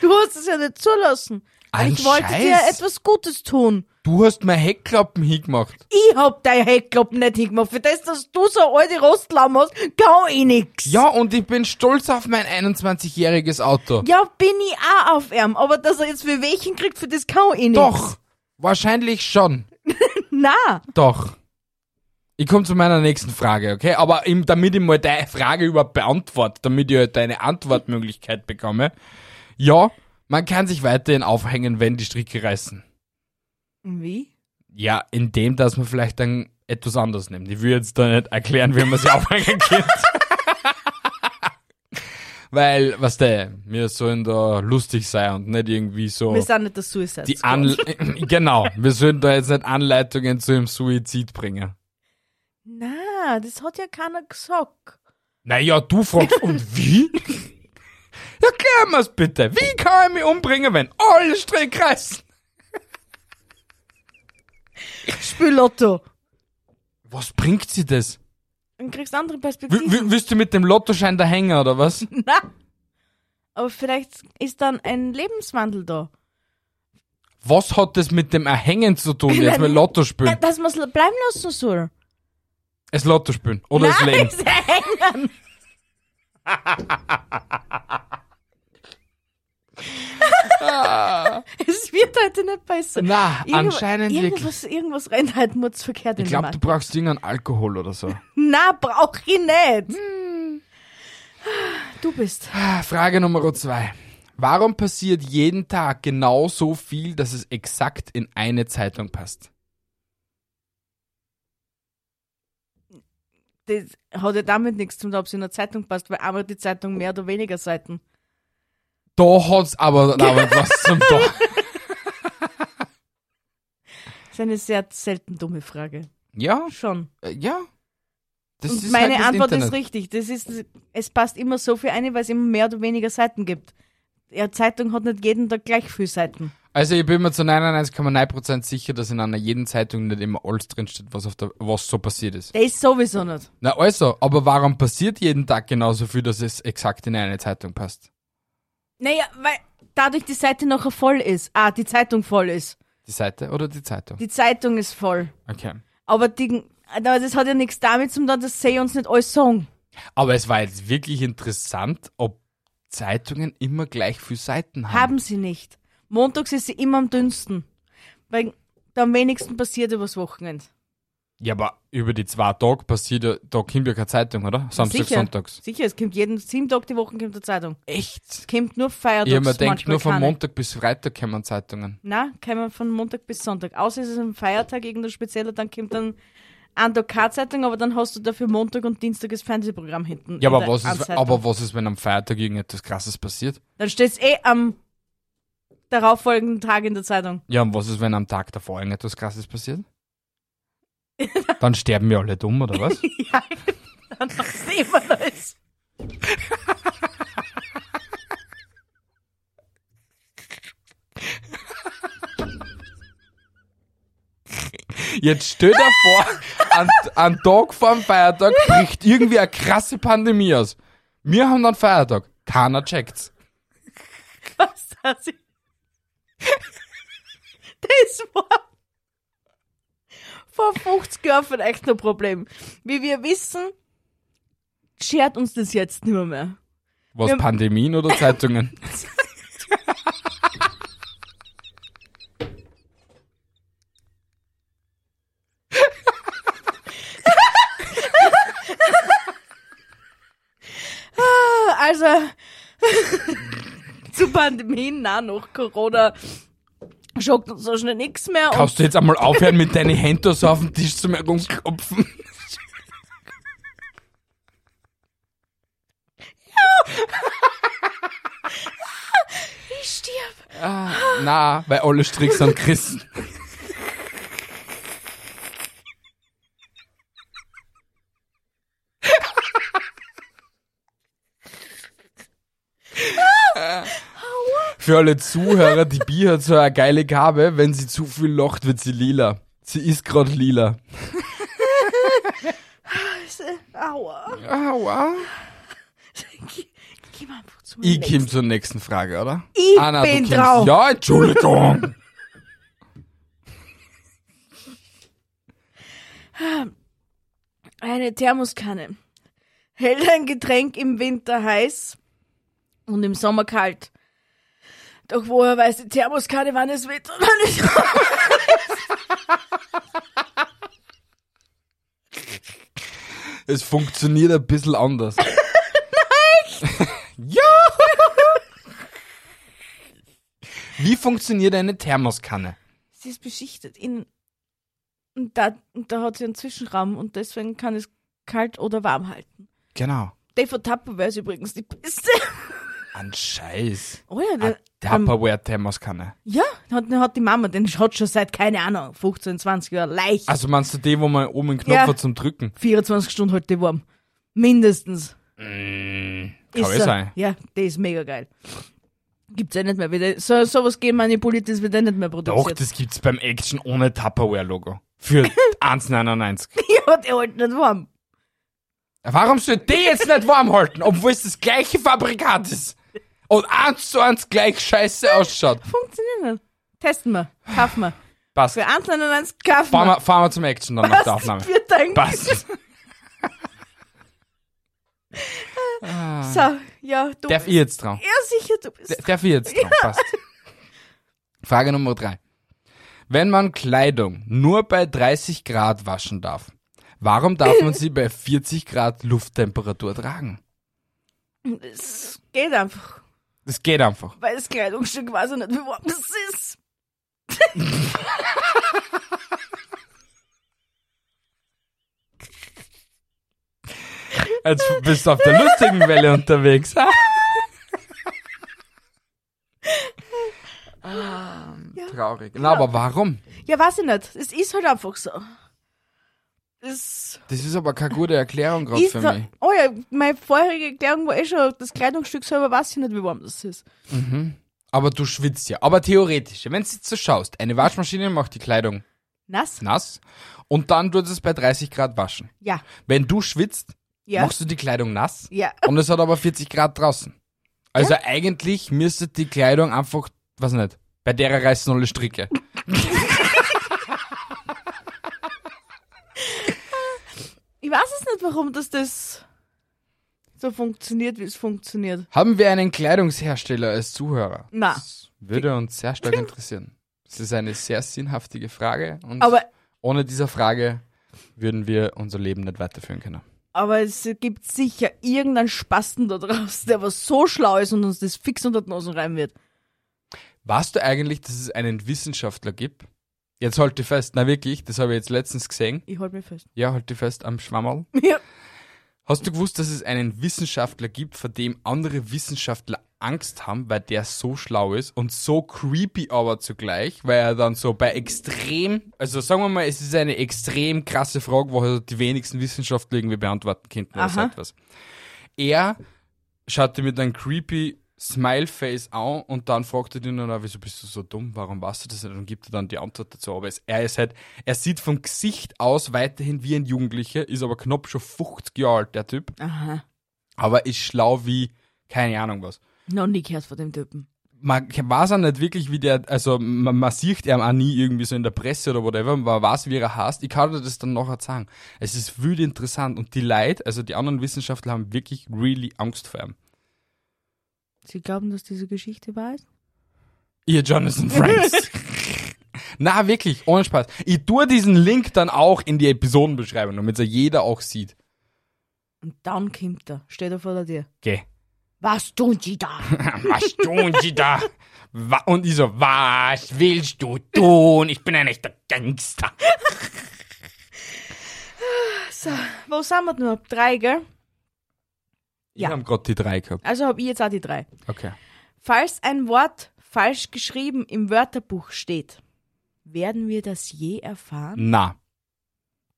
[SPEAKER 2] du hast es ja nicht zulassen.
[SPEAKER 1] Ein
[SPEAKER 2] ich wollte
[SPEAKER 1] Ah, Scheiß.
[SPEAKER 2] dir ja etwas Gutes tun.
[SPEAKER 1] Du hast mir Heckklappen hingemacht.
[SPEAKER 2] Ich hab dein Heckklappen nicht hingemacht. Für das, dass du so alte Rostlamm hast, kann ich nix.
[SPEAKER 1] Ja, und ich bin stolz auf mein 21-jähriges Auto.
[SPEAKER 2] Ja, bin ich auch auf ihm, aber dass er jetzt für welchen kriegt, für das kann ich nicht.
[SPEAKER 1] Doch, wahrscheinlich schon.
[SPEAKER 2] Na,
[SPEAKER 1] Doch. Ich komme zu meiner nächsten Frage, okay? Aber im, damit ich mal deine Frage überhaupt beantworte, damit ich halt deine Antwortmöglichkeit bekomme. Ja, man kann sich weiterhin aufhängen, wenn die Stricke reißen.
[SPEAKER 2] wie?
[SPEAKER 1] Ja, indem, dass man vielleicht dann etwas anderes nimmt. Ich will jetzt da nicht erklären, wie man sich aufhängen kann. Weil, was der, wir sollen da lustig sein und nicht irgendwie so
[SPEAKER 2] Wir sind nicht der Suicide
[SPEAKER 1] Oh. die
[SPEAKER 2] Squad.
[SPEAKER 1] Anle genau, wir sollen da jetzt nicht Anleitungen zu dem Suizid bringen.
[SPEAKER 2] Na, das hat ja keiner gesagt.
[SPEAKER 1] Naja, du fragst, und wie? Erklär mir's bitte. Wie kann ich mich umbringen, wenn alle Strick reißen?
[SPEAKER 2] Spiel Lotto.
[SPEAKER 1] Was bringt sie das?
[SPEAKER 2] Dann kriegst du andere
[SPEAKER 1] W
[SPEAKER 2] Perspektiven.
[SPEAKER 1] w- willst du mit dem Lottoschein da hängen, oder was?
[SPEAKER 2] Na. Aber vielleicht ist dann ein Lebenswandel da.
[SPEAKER 1] Was hat das mit dem Erhängen zu tun, jetzt mit Lotto
[SPEAKER 2] Äh,
[SPEAKER 1] spielen?
[SPEAKER 2] Dass man es bleiben lassen soll.
[SPEAKER 1] Es Lotto spielen. Oder das
[SPEAKER 2] Nein,
[SPEAKER 1] Leben.
[SPEAKER 2] es hängen. es wird heute nicht besser.
[SPEAKER 1] Na,
[SPEAKER 2] Irgendwo-
[SPEAKER 1] anscheinend wirklich.
[SPEAKER 2] irgendwas, irgendwas rennt halt Mutz verkehrt
[SPEAKER 1] Ich
[SPEAKER 2] in
[SPEAKER 1] glaube,
[SPEAKER 2] der
[SPEAKER 1] du
[SPEAKER 2] Markt.
[SPEAKER 1] brauchst irgendeinen Alkohol oder so.
[SPEAKER 2] Na, brauch ich nicht.
[SPEAKER 1] Hm.
[SPEAKER 2] Du bist.
[SPEAKER 1] Ah, Frage Nummer zwei. Warum passiert jeden Tag genau so viel, dass es exakt in eine Zeitung passt?
[SPEAKER 2] das hat ja damit nichts zu tun, ob es in der Zeitung passt, weil einmal die Zeitung mehr oder weniger Seiten.
[SPEAKER 1] Da hat's aber damit was zum Tag.
[SPEAKER 2] Das ist eine sehr selten dumme Frage.
[SPEAKER 1] Ja,
[SPEAKER 2] Schon.
[SPEAKER 1] äh, ja. Das
[SPEAKER 2] Und meine
[SPEAKER 1] halt das
[SPEAKER 2] Antwort
[SPEAKER 1] Internet.
[SPEAKER 2] ist richtig. Das ist, es passt immer so viel eine, weil es immer mehr oder weniger Seiten gibt. Ja, Zeitung hat nicht jeden Tag gleich viel Seiten.
[SPEAKER 1] Also ich bin mir zu 99,9% sicher, dass in einer jeden Zeitung nicht immer alles drinsteht, was, auf der, was so passiert ist.
[SPEAKER 2] Der ist sowieso nicht.
[SPEAKER 1] Na also, aber warum passiert jeden Tag genauso viel, dass es exakt in eine Zeitung passt?
[SPEAKER 2] Naja, weil dadurch die Seite nachher voll ist. Ah, die Zeitung voll ist.
[SPEAKER 1] Die Seite oder die Zeitung?
[SPEAKER 2] Die Zeitung ist voll.
[SPEAKER 1] Okay.
[SPEAKER 2] Aber die, aber das hat ja nichts damit zu tun, dass sie uns nicht alles sagen.
[SPEAKER 1] Aber es war jetzt wirklich interessant, ob Zeitungen immer gleich viele Seiten haben.
[SPEAKER 2] Haben sie nicht. Montags ist sie immer am dünnsten. Weil da am wenigsten passiert übers Wochenende.
[SPEAKER 1] Ja, aber über die zwei Tage passiert ja, da kommt ja keine Zeitung, oder? Samstag,
[SPEAKER 2] Sicher.
[SPEAKER 1] Sonntags.
[SPEAKER 2] Sicher, es kommt jeden sieben Tag die Woche kommt eine Zeitung.
[SPEAKER 1] Echt?
[SPEAKER 2] Es kommt nur
[SPEAKER 1] Ich hab
[SPEAKER 2] Feiertags.
[SPEAKER 1] mir gedacht,
[SPEAKER 2] manchmal
[SPEAKER 1] nur von
[SPEAKER 2] keine.
[SPEAKER 1] Montag bis Freitag kommen Zeitungen.
[SPEAKER 2] Nein, kommen von Montag bis Sonntag. Außer es ist ein Feiertag, irgendein spezieller, dann kommt dann ein Tag keine Zeitung, aber dann hast du dafür Montag und Dienstag das Fernsehprogramm hinten.
[SPEAKER 1] Ja,
[SPEAKER 2] in
[SPEAKER 1] aber
[SPEAKER 2] der
[SPEAKER 1] was, ist,
[SPEAKER 2] Anzeitung.
[SPEAKER 1] aber was ist, wenn am Freitag irgendetwas Krasses passiert?
[SPEAKER 2] Dann steht es eh am darauffolgenden Tag in der Zeitung.
[SPEAKER 1] Ja, und was ist, wenn am Tag davor irgendetwas Krasses passiert? Dann sterben wir alle dumm, oder was?
[SPEAKER 2] Ja, dann sehen wir das.
[SPEAKER 1] Jetzt stell dir vor, an, an Tag vor dem Feiertag bricht irgendwie eine krasse Pandemie aus. Wir haben dann Feiertag. Keiner checkt's.
[SPEAKER 2] Was das ist. Das war vor 50 Jahren vielleicht noch ein Problem. Wie wir wissen, schert uns das jetzt nicht mehr. mehr.
[SPEAKER 1] Was,
[SPEAKER 2] Wir-
[SPEAKER 1] Pandemien oder Zeitungen?
[SPEAKER 2] Also, zu Pandemien, na nach Corona schockt uns so schnell nichts mehr. Und
[SPEAKER 1] Kannst du jetzt einmal aufhören, mit deinen Händen so auf den Tisch zu klopfen?
[SPEAKER 2] ich stirb.
[SPEAKER 1] Na, weil alle Stricks sind Christen. Für alle Zuhörer, die Bi hat so eine geile Gabe, wenn sie zu viel lacht, wird sie lila. Sie ist gerade lila.
[SPEAKER 2] Aua.
[SPEAKER 1] Aua.
[SPEAKER 2] Geh, geh mal einfach zu
[SPEAKER 1] Ich
[SPEAKER 2] meinem
[SPEAKER 1] komme zur nächsten Frage, oder?
[SPEAKER 2] Ich
[SPEAKER 1] Ah, nein,
[SPEAKER 2] bin
[SPEAKER 1] du kommst-
[SPEAKER 2] drauf.
[SPEAKER 1] Ja, Entschuldigung.
[SPEAKER 2] Eine Thermoskanne hält ein Getränk im Winter heiß und im Sommer kalt. Doch woher weiß die Thermoskanne, wann es wird und wann es warm
[SPEAKER 1] es funktioniert ein bisschen anders. Nein! ja! Wie funktioniert eine Thermoskanne?
[SPEAKER 2] ist? Sie ist beschichtet in und da, und da hat sie einen Zwischenraum und deswegen kann es kalt oder warm halten.
[SPEAKER 1] Genau.
[SPEAKER 2] Der von Tupperware ist übrigens die beste.
[SPEAKER 1] Ein Scheiß.
[SPEAKER 2] Oh ja,
[SPEAKER 1] Eine
[SPEAKER 2] der, ähm,
[SPEAKER 1] Tupperware-Thermoskanne.
[SPEAKER 2] ja hat, hat die Mama, den hat schon seit, keine Ahnung, 15, 20 Jahren leicht.
[SPEAKER 1] Also meinst du die, wo man oben einen Knopf
[SPEAKER 2] Ja.
[SPEAKER 1] hat zum Drücken?
[SPEAKER 2] 24 Stunden halt die warm. Mindestens. Mm.
[SPEAKER 1] Kann eh
[SPEAKER 2] er.
[SPEAKER 1] sein.
[SPEAKER 2] Ja, der ist mega geil. Gibt's ja nicht mehr wieder. So, sowas genmanipuliertes wird ja nicht mehr
[SPEAKER 1] Doch,
[SPEAKER 2] produziert.
[SPEAKER 1] das gibt's beim Action ohne Tupperware-Logo. Für 1,99.
[SPEAKER 2] ja, aber der hält nicht warm.
[SPEAKER 1] Warum soll die jetzt nicht warm halten, obwohl es das gleiche Fabrikat ist? Und eins zu eins gleich scheiße ausschaut.
[SPEAKER 2] Funktioniert nicht. Testen wir. Kaufen wir.
[SPEAKER 1] Passt.
[SPEAKER 2] Für eins, nein, nein, eins, kaufen
[SPEAKER 1] Fahren
[SPEAKER 2] wir.
[SPEAKER 1] wir, fahren wir zum Action dann nach der Aufnahme.
[SPEAKER 2] Wir denken.
[SPEAKER 1] Passt.
[SPEAKER 2] So, ja, du
[SPEAKER 1] Darf
[SPEAKER 2] bist.
[SPEAKER 1] ich jetzt dran?
[SPEAKER 2] Ja, sicher, du bist.
[SPEAKER 1] Darf ich jetzt dran? Passt. Frage Nummer drei. Wenn man Kleidung nur bei 30 Grad waschen darf, warum darf man sie bei 40 Grad Lufttemperatur tragen?
[SPEAKER 2] Es geht einfach.
[SPEAKER 1] Das geht einfach.
[SPEAKER 2] Weil das Kleidungsstück weiß ich nicht, wie warm das ist.
[SPEAKER 1] Jetzt bist du auf der lustigen Welle unterwegs. Ah. Traurig. Na, aber warum?
[SPEAKER 2] Ja, weiß ich nicht. Es ist halt einfach so. Es
[SPEAKER 1] Das ist aber keine gute Erklärung gerade
[SPEAKER 2] ist
[SPEAKER 1] für
[SPEAKER 2] da-
[SPEAKER 1] mich.
[SPEAKER 2] Oh ja, meine vorherige Erklärung war eh schon, das Kleidungsstück selber weiß ich nicht, wie warm das ist.
[SPEAKER 1] Aber du schwitzt ja. Aber theoretisch, wenn du jetzt so schaust, eine Waschmaschine macht die Kleidung
[SPEAKER 2] Nass?
[SPEAKER 1] nass und dann tut es bei 30 Grad waschen.
[SPEAKER 2] Ja.
[SPEAKER 1] Wenn du schwitzt,
[SPEAKER 2] Ja.
[SPEAKER 1] machst du die Kleidung nass
[SPEAKER 2] ja.
[SPEAKER 1] und es hat aber 40 Grad draußen. Also eigentlich müsste die Kleidung einfach, was nicht, bei derer reißen alle Stricke.
[SPEAKER 2] Ich weiß es nicht, warum das das so funktioniert, wie es funktioniert.
[SPEAKER 1] Haben wir einen Kleidungshersteller als Zuhörer?
[SPEAKER 2] Na.
[SPEAKER 1] Das würde uns sehr stark interessieren. Das ist eine sehr sinnhaftige Frage und
[SPEAKER 2] Aber,
[SPEAKER 1] ohne dieser Frage würden wir unser Leben nicht weiterführen können.
[SPEAKER 2] aber es gibt sicher irgendeinen Spasten da draußen, der was so schlau ist und uns das fix unter die Nase rein wird.
[SPEAKER 1] Weißt du eigentlich, dass es einen Wissenschaftler gibt? Jetzt halt die fest, na wirklich, das habe ich jetzt letztens gesehen.
[SPEAKER 2] Ich halte mich fest.
[SPEAKER 1] Ja, halt die fest am Schwammerl.
[SPEAKER 2] Ja.
[SPEAKER 1] Hast du gewusst, dass es einen Wissenschaftler gibt, vor dem andere Wissenschaftler Angst haben, weil der so schlau ist und so creepy aber zugleich, weil er dann so bei extrem, also sagen wir mal, es ist eine extrem krasse Frage, wo halt die wenigsten Wissenschaftler irgendwie beantworten könnten oder so
[SPEAKER 2] Aha.
[SPEAKER 1] etwas. Er schaut dir mit einem creepy Smile-Face an und dann fragt er den dann, auch, wieso bist du so dumm, warum weißt du das nicht? Und gibt er dann die Antwort dazu. Aber es, er ist halt, er sieht vom Gesicht aus weiterhin wie ein Jugendlicher, ist aber knapp schon 50 Jahre alt, der Typ.
[SPEAKER 2] Aha.
[SPEAKER 1] Aber ist schlau wie, keine Ahnung was.
[SPEAKER 2] Noch nie gehört von dem Typen.
[SPEAKER 1] Man weiß auch nicht wirklich, wie der, also man, man sieht ihn auch nie irgendwie so in der Presse oder whatever, man weiß, wie er heißt. Ich kann dir das dann nachher sagen. Es ist wild interessant und die Leute, also die anderen Wissenschaftler haben wirklich really Angst vor ihm.
[SPEAKER 2] Sie glauben, dass diese Geschichte wahr ist?
[SPEAKER 1] Ihr Jonathan Franks. Na, wirklich, ohne Spaß. Ich tue diesen Link dann auch in die Episodenbeschreibung, damit es jeder auch sieht.
[SPEAKER 2] Und dann kommt er. Steht er vor der Tür.
[SPEAKER 1] Geh.
[SPEAKER 2] Was tun Sie da?
[SPEAKER 1] Was tun Sie da? Wa- Und ich so, was willst du tun? Ich bin ein echter Gangster.
[SPEAKER 2] Wo sind wir denn? Ab drei, gell?
[SPEAKER 1] Wir
[SPEAKER 2] Ja.
[SPEAKER 1] haben gerade die drei gehabt.
[SPEAKER 2] Also habe ich jetzt auch die drei.
[SPEAKER 1] Okay.
[SPEAKER 2] Falls ein Wort falsch geschrieben im Wörterbuch steht, werden wir das je erfahren?
[SPEAKER 1] Na.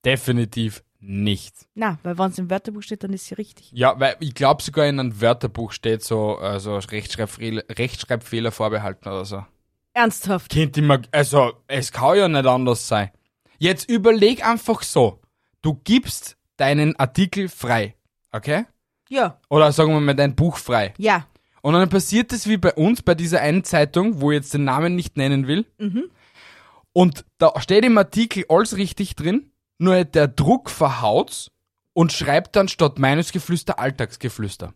[SPEAKER 1] Definitiv nicht.
[SPEAKER 2] Na, weil wenn es im Wörterbuch steht, dann ist sie richtig.
[SPEAKER 1] Ja, weil ich glaube sogar in einem Wörterbuch steht so, also Rechtschreibfehler, Rechtschreibfehler vorbehalten oder so.
[SPEAKER 2] Ernsthaft.
[SPEAKER 1] Kind immer, also es kann ja nicht anders sein. Jetzt überleg einfach so, du gibst deinen Artikel frei, okay?
[SPEAKER 2] Ja,
[SPEAKER 1] Oder sagen wir mal dein Buch frei.
[SPEAKER 2] ja.
[SPEAKER 1] Und dann passiert es wie bei uns bei dieser einen Zeitung, wo ich jetzt den Namen nicht nennen will. Und da steht im Artikel alles richtig drin, nur der Druck verhaut's und schreibt dann statt Meinungsgeflüster Alltagsgeflüster.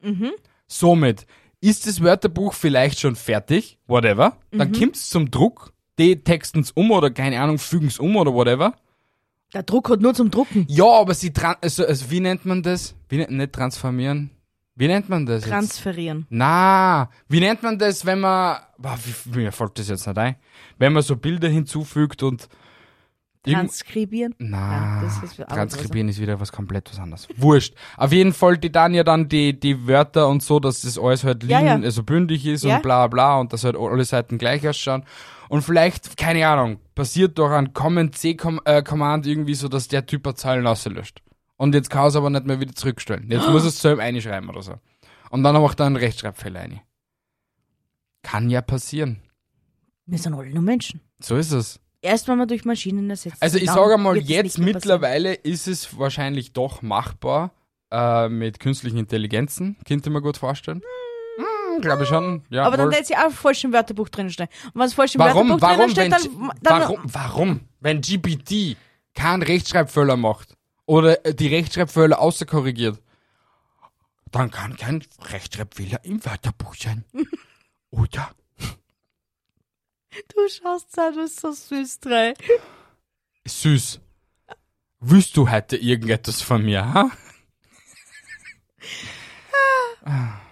[SPEAKER 2] Mhm.
[SPEAKER 1] Somit ist das Wörterbuch vielleicht schon fertig, whatever. Dann kommt es zum Druck, die texten es um oder keine Ahnung, fügen es um oder whatever.
[SPEAKER 2] Der Druck hat nur zum Drucken.
[SPEAKER 1] Ja, aber sie tran also, also wie nennt man das? Wie nennt nicht transformieren? Wie nennt man das? jetzt?
[SPEAKER 2] Transferieren.
[SPEAKER 1] Na, wie nennt man das, wenn man. Boah, wie, mir fällt das jetzt nicht ein. Wenn man so Bilder hinzufügt und. irgend-
[SPEAKER 2] Transkribieren.
[SPEAKER 1] na,
[SPEAKER 2] Ja, das ist für alles
[SPEAKER 1] transkribieren ist wieder was komplett was anderes. Wurscht. Auf jeden Fall, die dann ja dann die, die Wörter und so, dass das alles halt
[SPEAKER 2] Ja,
[SPEAKER 1] lean,
[SPEAKER 2] ja.
[SPEAKER 1] also bündig ist
[SPEAKER 2] Ja.
[SPEAKER 1] und bla bla und dass halt alle Seiten gleich ausschauen. Und vielleicht, keine Ahnung, passiert durch ein Command-C-Command äh, irgendwie so, dass der Typ eine Zeilen auslöscht. Und jetzt kann es aber nicht mehr wieder zurückstellen. Jetzt muss es selber einschreiben oder so. Und dann macht er einen Rechtschreibfehler rein. Kann ja passieren.
[SPEAKER 2] Wir sind alle nur Menschen.
[SPEAKER 1] So ist es.
[SPEAKER 2] Erst wenn man durch Maschinen ersetzt.
[SPEAKER 1] Also ich
[SPEAKER 2] dann
[SPEAKER 1] sage mal,
[SPEAKER 2] wird es nicht
[SPEAKER 1] jetzt
[SPEAKER 2] mehr passieren.
[SPEAKER 1] mittlerweile ist es wahrscheinlich doch machbar äh, mit künstlichen Intelligenzen. Könnte man gut vorstellen. Hm, Glaube ich schon. Ja,
[SPEAKER 2] Aber dann
[SPEAKER 1] wohl.
[SPEAKER 2] hätte sie auch falsch im Wörterbuch drin stehen. Und wenn es falsch im
[SPEAKER 1] warum,
[SPEAKER 2] Wörterbuch
[SPEAKER 1] warum, wenn,
[SPEAKER 2] drin steht, dann, dann
[SPEAKER 1] warum, warum, wenn GPT keinen Rechtschreibfehler macht oder äh, die Rechtschreibfehler außerkorrigiert, dann kann kein Rechtschreibfehler im Wörterbuch sein. oder?
[SPEAKER 2] Du schaust da, du bist so süß drei.
[SPEAKER 1] Süß. Willst du heute irgendetwas von mir? Ha?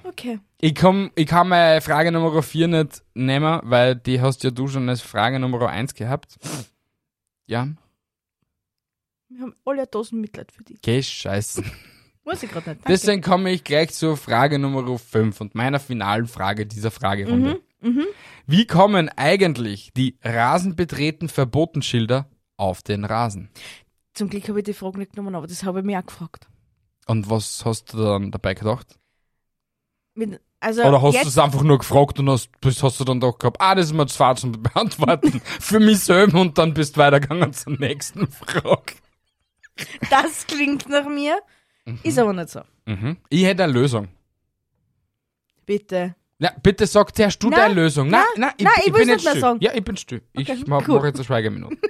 [SPEAKER 2] Okay.
[SPEAKER 1] Ich, komm, ich kann meine Frage Nummer 4 nicht nehmen, weil die hast ja du schon als Frage Nummer 1 gehabt. Ja,
[SPEAKER 2] Wir haben alle Dosen Mitleid für dich.
[SPEAKER 1] geh scheißen.
[SPEAKER 2] Muss ich gerade nicht. Danke.
[SPEAKER 1] Deswegen komme ich gleich zur Frage Nummer 5 und meiner finalen Frage dieser
[SPEAKER 2] Mhm,
[SPEAKER 1] Fragerunde. Wie kommen eigentlich die Rasenbetreten Verbotenschilder auf den Rasen?
[SPEAKER 2] Zum Glück habe ich die Frage nicht genommen, aber das habe ich mir auch gefragt.
[SPEAKER 1] Und was hast du dann dabei gedacht?
[SPEAKER 2] Mit, also
[SPEAKER 1] Oder hast du
[SPEAKER 2] jetzt,
[SPEAKER 1] es einfach nur gefragt und hast, bist, hast du dann doch gehabt, ah, das ist mir zu fad zum Beantworten für mich selber und dann bist du weitergegangen zur nächsten Frage.
[SPEAKER 2] das klingt nach mir, ist aber nicht so.
[SPEAKER 1] Mhm. Ich hätte eine Lösung.
[SPEAKER 2] Bitte.
[SPEAKER 1] Na, bitte sag zuerst du
[SPEAKER 2] Nein,
[SPEAKER 1] deine Lösung. Nein, nein,
[SPEAKER 2] nein, ich will
[SPEAKER 1] bin
[SPEAKER 2] nicht
[SPEAKER 1] jetzt
[SPEAKER 2] mehr
[SPEAKER 1] still.
[SPEAKER 2] sagen.
[SPEAKER 1] Ja, ich bin still. Ich
[SPEAKER 2] Okay,
[SPEAKER 1] mach,
[SPEAKER 2] cool.
[SPEAKER 1] mach jetzt eine Schweigeminute.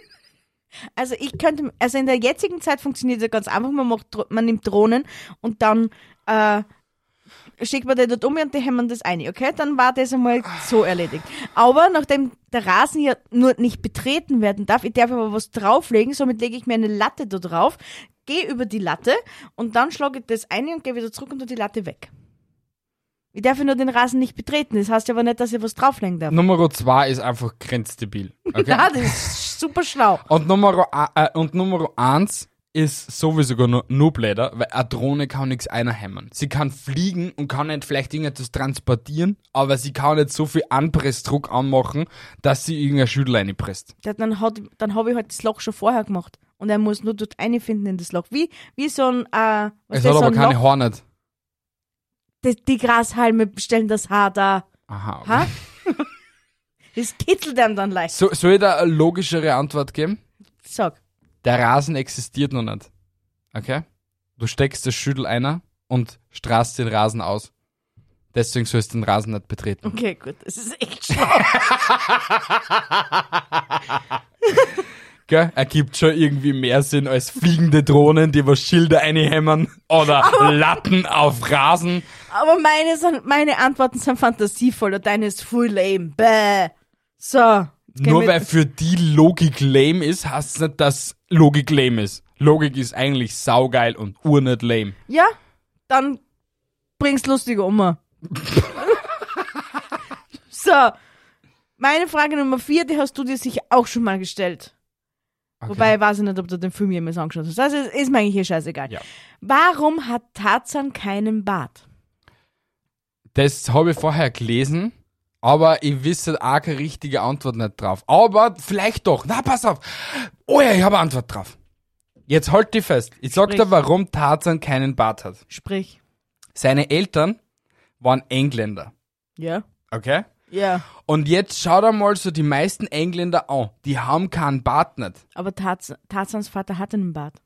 [SPEAKER 2] Also ich könnte, also in der jetzigen Zeit funktioniert es ja ganz einfach, man, macht, Dro- man nimmt Drohnen und dann äh, schickt man die dort um und die hämmern das ein, okay? Dann war das einmal so erledigt. Aber nachdem der Rasen ja nur nicht betreten werden darf, ich darf aber was drauflegen, somit lege ich mir eine Latte da drauf, gehe über die Latte und dann schlage ich das ein und gehe wieder zurück und tue die Latte weg. Ich darf ja nur den Rasen nicht betreten, das heißt aber nicht, dass ich was drauflegen darf.
[SPEAKER 1] Nummer zwei ist einfach grenzdebil. Okay?
[SPEAKER 2] Ja, das ist super schlau.
[SPEAKER 1] Und Nummer, a- äh, und Nummer eins ist sowieso nur, nur bläder, weil eine Drohne kann nichts einer hämmern. Sie kann fliegen und kann nicht vielleicht irgendetwas transportieren, aber sie kann nicht so viel Anpressdruck anmachen, dass sie irgendein Schüttel reinpresst.
[SPEAKER 2] Ja, Dann, hat- dann habe ich halt das Loch schon vorher gemacht. Und er muss nur dort einfinden in das Loch. Wie, wie so ein, äh,
[SPEAKER 1] Es
[SPEAKER 2] was ist
[SPEAKER 1] hat
[SPEAKER 2] das, so
[SPEAKER 1] aber
[SPEAKER 2] ein
[SPEAKER 1] keine
[SPEAKER 2] Loch?
[SPEAKER 1] Hornet.
[SPEAKER 2] Die, die Grashalme stellen das Haar da.
[SPEAKER 1] Aha.
[SPEAKER 2] Ha? das kitzelt einem dann leicht.
[SPEAKER 1] So, soll ich da eine logischere Antwort geben?
[SPEAKER 2] Sag.
[SPEAKER 1] Der Rasen existiert noch nicht. Okay? Du steckst das Schüttel einer und strahlst den Rasen aus. Deswegen sollst du den Rasen nicht betreten.
[SPEAKER 2] Okay, gut. Das ist echt schlau.
[SPEAKER 1] Gell? Ergibt schon irgendwie mehr Sinn als fliegende Drohnen, die was Schilder einhämmern oder Latten auf Rasen.
[SPEAKER 2] Aber meine, sind, meine Antworten sind fantasievoll und deine ist full lame. Bäh. So. jetzt gehen
[SPEAKER 1] Nur
[SPEAKER 2] wir-
[SPEAKER 1] weil für die Logik lame ist, heißt es nicht, dass Logik lame ist. Logik ist eigentlich saugeil und ur nicht lame.
[SPEAKER 2] Ja, dann bring's lustige um. so, meine Frage Nummer vier, die hast du dir sicher auch schon mal gestellt.
[SPEAKER 1] Okay.
[SPEAKER 2] Wobei, ich weiß nicht, ob du den Film jemals angeschaut hast. Also ist mir eigentlich hier scheißegal.
[SPEAKER 1] Ja.
[SPEAKER 2] Warum hat Tarzan keinen Bart?
[SPEAKER 1] Das habe ich vorher gelesen, aber ich wisse auch keine richtige Antwort nicht drauf. Aber vielleicht doch. Na, pass auf. Oh ja, ich habe eine Antwort drauf. Jetzt halt die fest. Ich sag dir,
[SPEAKER 2] Sprich.
[SPEAKER 1] warum Tarzan keinen Bart hat.
[SPEAKER 2] Sprich.
[SPEAKER 1] Seine Eltern waren Engländer.
[SPEAKER 2] Ja.
[SPEAKER 1] Okay?
[SPEAKER 2] Ja.
[SPEAKER 1] Und jetzt schau dir mal so die meisten Engländer an. Die haben keinen Bart nicht.
[SPEAKER 2] Aber Tarz Tarzans Vater hatte einen Bart.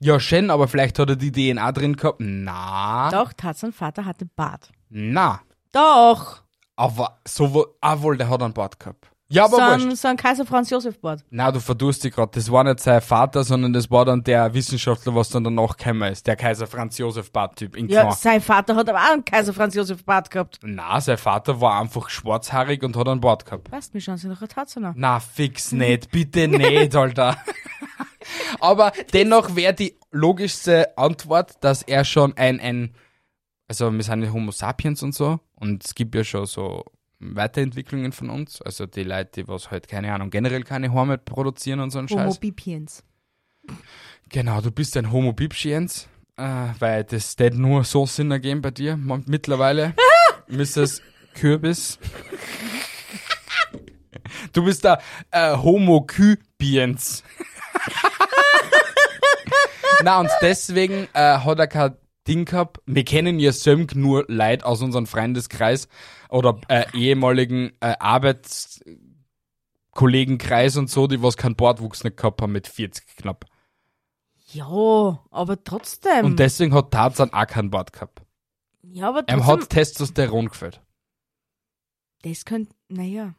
[SPEAKER 1] Ja, schön, aber vielleicht hat er die DNA drin gehabt. Na,
[SPEAKER 2] Doch, Tarzans Vater hatte Bart.
[SPEAKER 1] na.
[SPEAKER 2] Doch.
[SPEAKER 1] Aber so, ah wohl, der hat einen Bart gehabt. Ja, aber
[SPEAKER 2] so,
[SPEAKER 1] wurscht.
[SPEAKER 2] ein, so ein Kaiser Franz Josef Bart.
[SPEAKER 1] Na, du verdurst dich grad. Das war nicht sein Vater, sondern das war dann der Wissenschaftler, was dann danach gekommen ist. Der Kaiser Franz Josef Bart-Typ in
[SPEAKER 2] Ja,
[SPEAKER 1] Knorr.
[SPEAKER 2] sein Vater hat aber auch einen Kaiser Franz Josef Bart gehabt.
[SPEAKER 1] Na, sein Vater war einfach schwarzhaarig und hat einen Bart gehabt.
[SPEAKER 2] Weißt du, wir schauen sie noch ein Tarzan an.
[SPEAKER 1] Na, fix nicht. Bitte nicht, Alter. Aber dennoch wäre die logischste Antwort, dass er schon ein, ein, also wir sind ja Homo sapiens und so und es gibt ja schon so Weiterentwicklungen von uns. Also die Leute, die was halt, keine Ahnung, generell keine Hormone produzieren und so einen
[SPEAKER 2] Homo
[SPEAKER 1] Scheiß.
[SPEAKER 2] Bipiens.
[SPEAKER 1] Genau, du bist ein Homo Bibschiens, äh, weil das tät nur so Sinn ergeben bei dir. Man- Mittlerweile, Mrs. Kürbis. Du bist der äh, Homo Kübiens. Na, und deswegen äh, hat er kein Ding gehabt. Wir kennen ja Sömk nur Leid aus unserem Freundeskreis oder äh, ehemaligen äh, Arbeitskollegenkreis und so, die was keinen Bartwuchs nicht gehabt haben mit 40 knapp.
[SPEAKER 2] Ja, aber trotzdem.
[SPEAKER 1] Und deswegen hat Tarzan auch keinen Bart gehabt.
[SPEAKER 2] ja, aber
[SPEAKER 1] Er
[SPEAKER 2] trotzdem.
[SPEAKER 1] hat Testosteron gefällt.
[SPEAKER 2] das könnte, naja.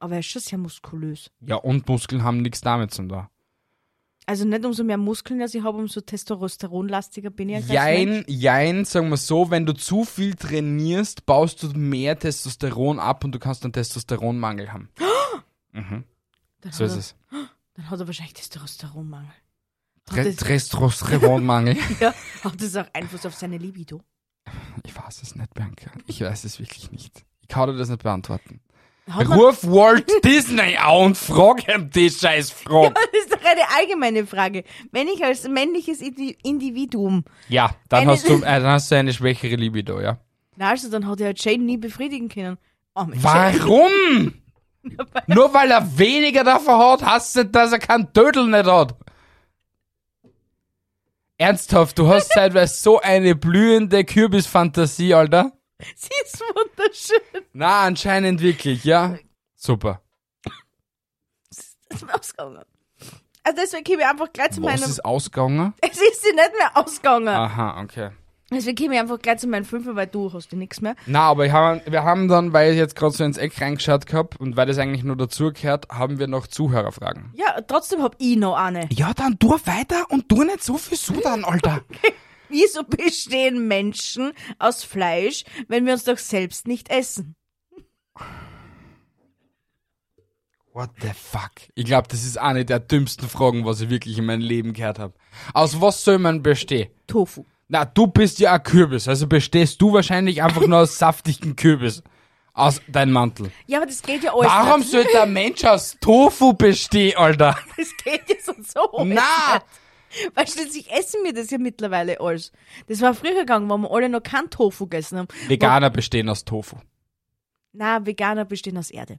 [SPEAKER 2] Aber er ist schon sehr muskulös.
[SPEAKER 1] Ja, und Muskeln haben nichts damit zu tun.
[SPEAKER 2] Also nicht umso mehr Muskeln, als ich habe, umso testosteronlastiger bin ich als
[SPEAKER 1] Jein,
[SPEAKER 2] Mensch.
[SPEAKER 1] jein, sagen wir so, wenn du zu viel trainierst, baust du mehr Testosteron ab und du kannst einen Testosteronmangel haben. Mhm,
[SPEAKER 2] Dann
[SPEAKER 1] so
[SPEAKER 2] hat
[SPEAKER 1] ist
[SPEAKER 2] er,
[SPEAKER 1] es.
[SPEAKER 2] Dann hat er wahrscheinlich Testosteronmangel. Hat
[SPEAKER 1] Tre-
[SPEAKER 2] das,
[SPEAKER 1] Testosteronmangel.
[SPEAKER 2] ja, hat das auch Einfluss auf seine Libido?
[SPEAKER 1] Ich weiß es nicht, Bianca. Ich weiß es wirklich nicht. Ich kann dir das nicht beantworten.
[SPEAKER 2] Hat man,
[SPEAKER 1] Ruf Walt Disney an und frag ihm die scheiß Frage.
[SPEAKER 2] das ist doch eine allgemeine Frage. Wenn ich als männliches Indi- Individuum,
[SPEAKER 1] Ja, dann
[SPEAKER 2] Eine-
[SPEAKER 1] hast, du, äh, dann hast du eine schwächere Libido, ja.
[SPEAKER 2] na also, dann hat er halt Jane nie befriedigen können. Oh, mein Jane.
[SPEAKER 1] Warum? Nur weil er weniger davon hat, heißt nicht, dass er keinen Dödel nicht hat. Ernsthaft, du hast zeitweise so eine blühende Kürbisfantasie, Alter.
[SPEAKER 2] Sie ist wunderschön.
[SPEAKER 1] Na, anscheinend wirklich, ja. Super.
[SPEAKER 2] Das ist mir ausgegangen. Also deswegen komme ich einfach gleich zu
[SPEAKER 1] Was
[SPEAKER 2] meinem.
[SPEAKER 1] ist ausgegangen? Ah.
[SPEAKER 2] Es ist sie nicht mehr ausgegangen.
[SPEAKER 1] Aha, okay.
[SPEAKER 2] Deswegen komme ich einfach gleich zu meinen Fünfer, weil du hast ja nichts mehr.
[SPEAKER 1] Na, aber ich hab, wir haben dann, weil ich jetzt gerade so ins Eck reingeschaut gehabt und weil das eigentlich nur dazugehört, haben wir noch Zuhörerfragen.
[SPEAKER 2] Ja, trotzdem hab ich noch eine.
[SPEAKER 1] Ja, dann tu weiter und tu nicht so viel Sudan, Alter.
[SPEAKER 2] Wieso bestehen Menschen aus Fleisch, wenn wir uns doch selbst nicht essen?
[SPEAKER 1] What the fuck? Ich glaube, das ist eine der dümmsten Fragen, was ich wirklich in meinem Leben gehört habe. Aus was soll man bestehen?
[SPEAKER 2] Tofu.
[SPEAKER 1] Na, du bist ja ein Kürbis, also bestehst du wahrscheinlich einfach nur aus saftigen Kürbis. Aus deinem Mantel.
[SPEAKER 2] Ja, aber das geht ja alles.
[SPEAKER 1] Warum
[SPEAKER 2] nicht.
[SPEAKER 1] sollte ein Mensch aus Tofu bestehen, Alter?
[SPEAKER 2] Das geht ja so so. alles
[SPEAKER 1] Na!
[SPEAKER 2] nicht. Weil schließlich essen wir das ja mittlerweile alles. Das war früher gegangen, wenn wir alle noch keinen Tofu gegessen haben.
[SPEAKER 1] Veganer bestehen aus Tofu.
[SPEAKER 2] Na, Veganer bestehen aus Erde.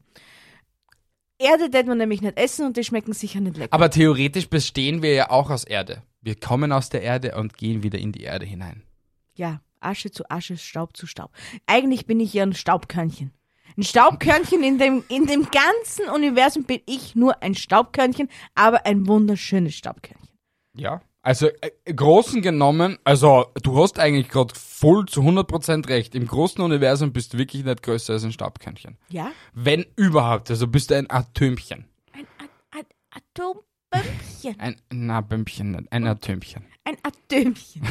[SPEAKER 2] Erde tät man nämlich nicht essen und die schmecken sicher nicht lecker.
[SPEAKER 1] Aber theoretisch bestehen wir ja auch aus Erde. Wir kommen aus der Erde und gehen wieder in die Erde hinein.
[SPEAKER 2] Ja, Asche zu Asche, Staub zu Staub. Eigentlich bin ich ja ein Staubkörnchen. Ein Staubkörnchen in dem, in dem ganzen Universum bin ich nur ein Staubkörnchen, aber ein wunderschönes Staubkörnchen.
[SPEAKER 1] Ja. Also äh, großen genommen, also du hast eigentlich gerade voll zu 100% recht. Im großen Universum bist du wirklich nicht größer als ein Staubkörnchen.
[SPEAKER 2] Ja?
[SPEAKER 1] Wenn überhaupt, also bist du ein Atömchen.
[SPEAKER 2] Ein A- A- Atombömmchen.
[SPEAKER 1] Ein na, Bömpchen, nicht, ein Atömchen.
[SPEAKER 2] Ein Atömchen.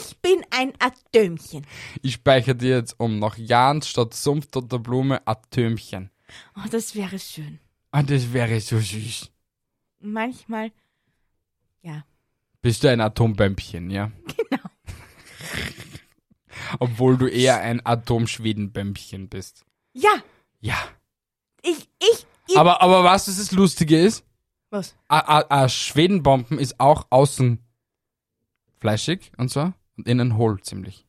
[SPEAKER 2] Ich bin ein Atömchen.
[SPEAKER 1] Ich speichere dir jetzt um nach Jahren statt Sumpf oder Blume Atömchen.
[SPEAKER 2] Oh, das wäre schön.
[SPEAKER 1] Und das wäre so süß.
[SPEAKER 2] Manchmal, ja.
[SPEAKER 1] Bist du ein Atombömpchen, ja?
[SPEAKER 2] Genau.
[SPEAKER 1] Obwohl du eher ein Atomschwedenbömpchen bist.
[SPEAKER 2] Ja,
[SPEAKER 1] Ja.
[SPEAKER 2] ich, ich, ich.
[SPEAKER 1] Aber, aber was das Lustige ist?
[SPEAKER 2] Was?
[SPEAKER 1] A, a, a Schwedenbomben ist auch außen fleischig und so und innen hohl ziemlich.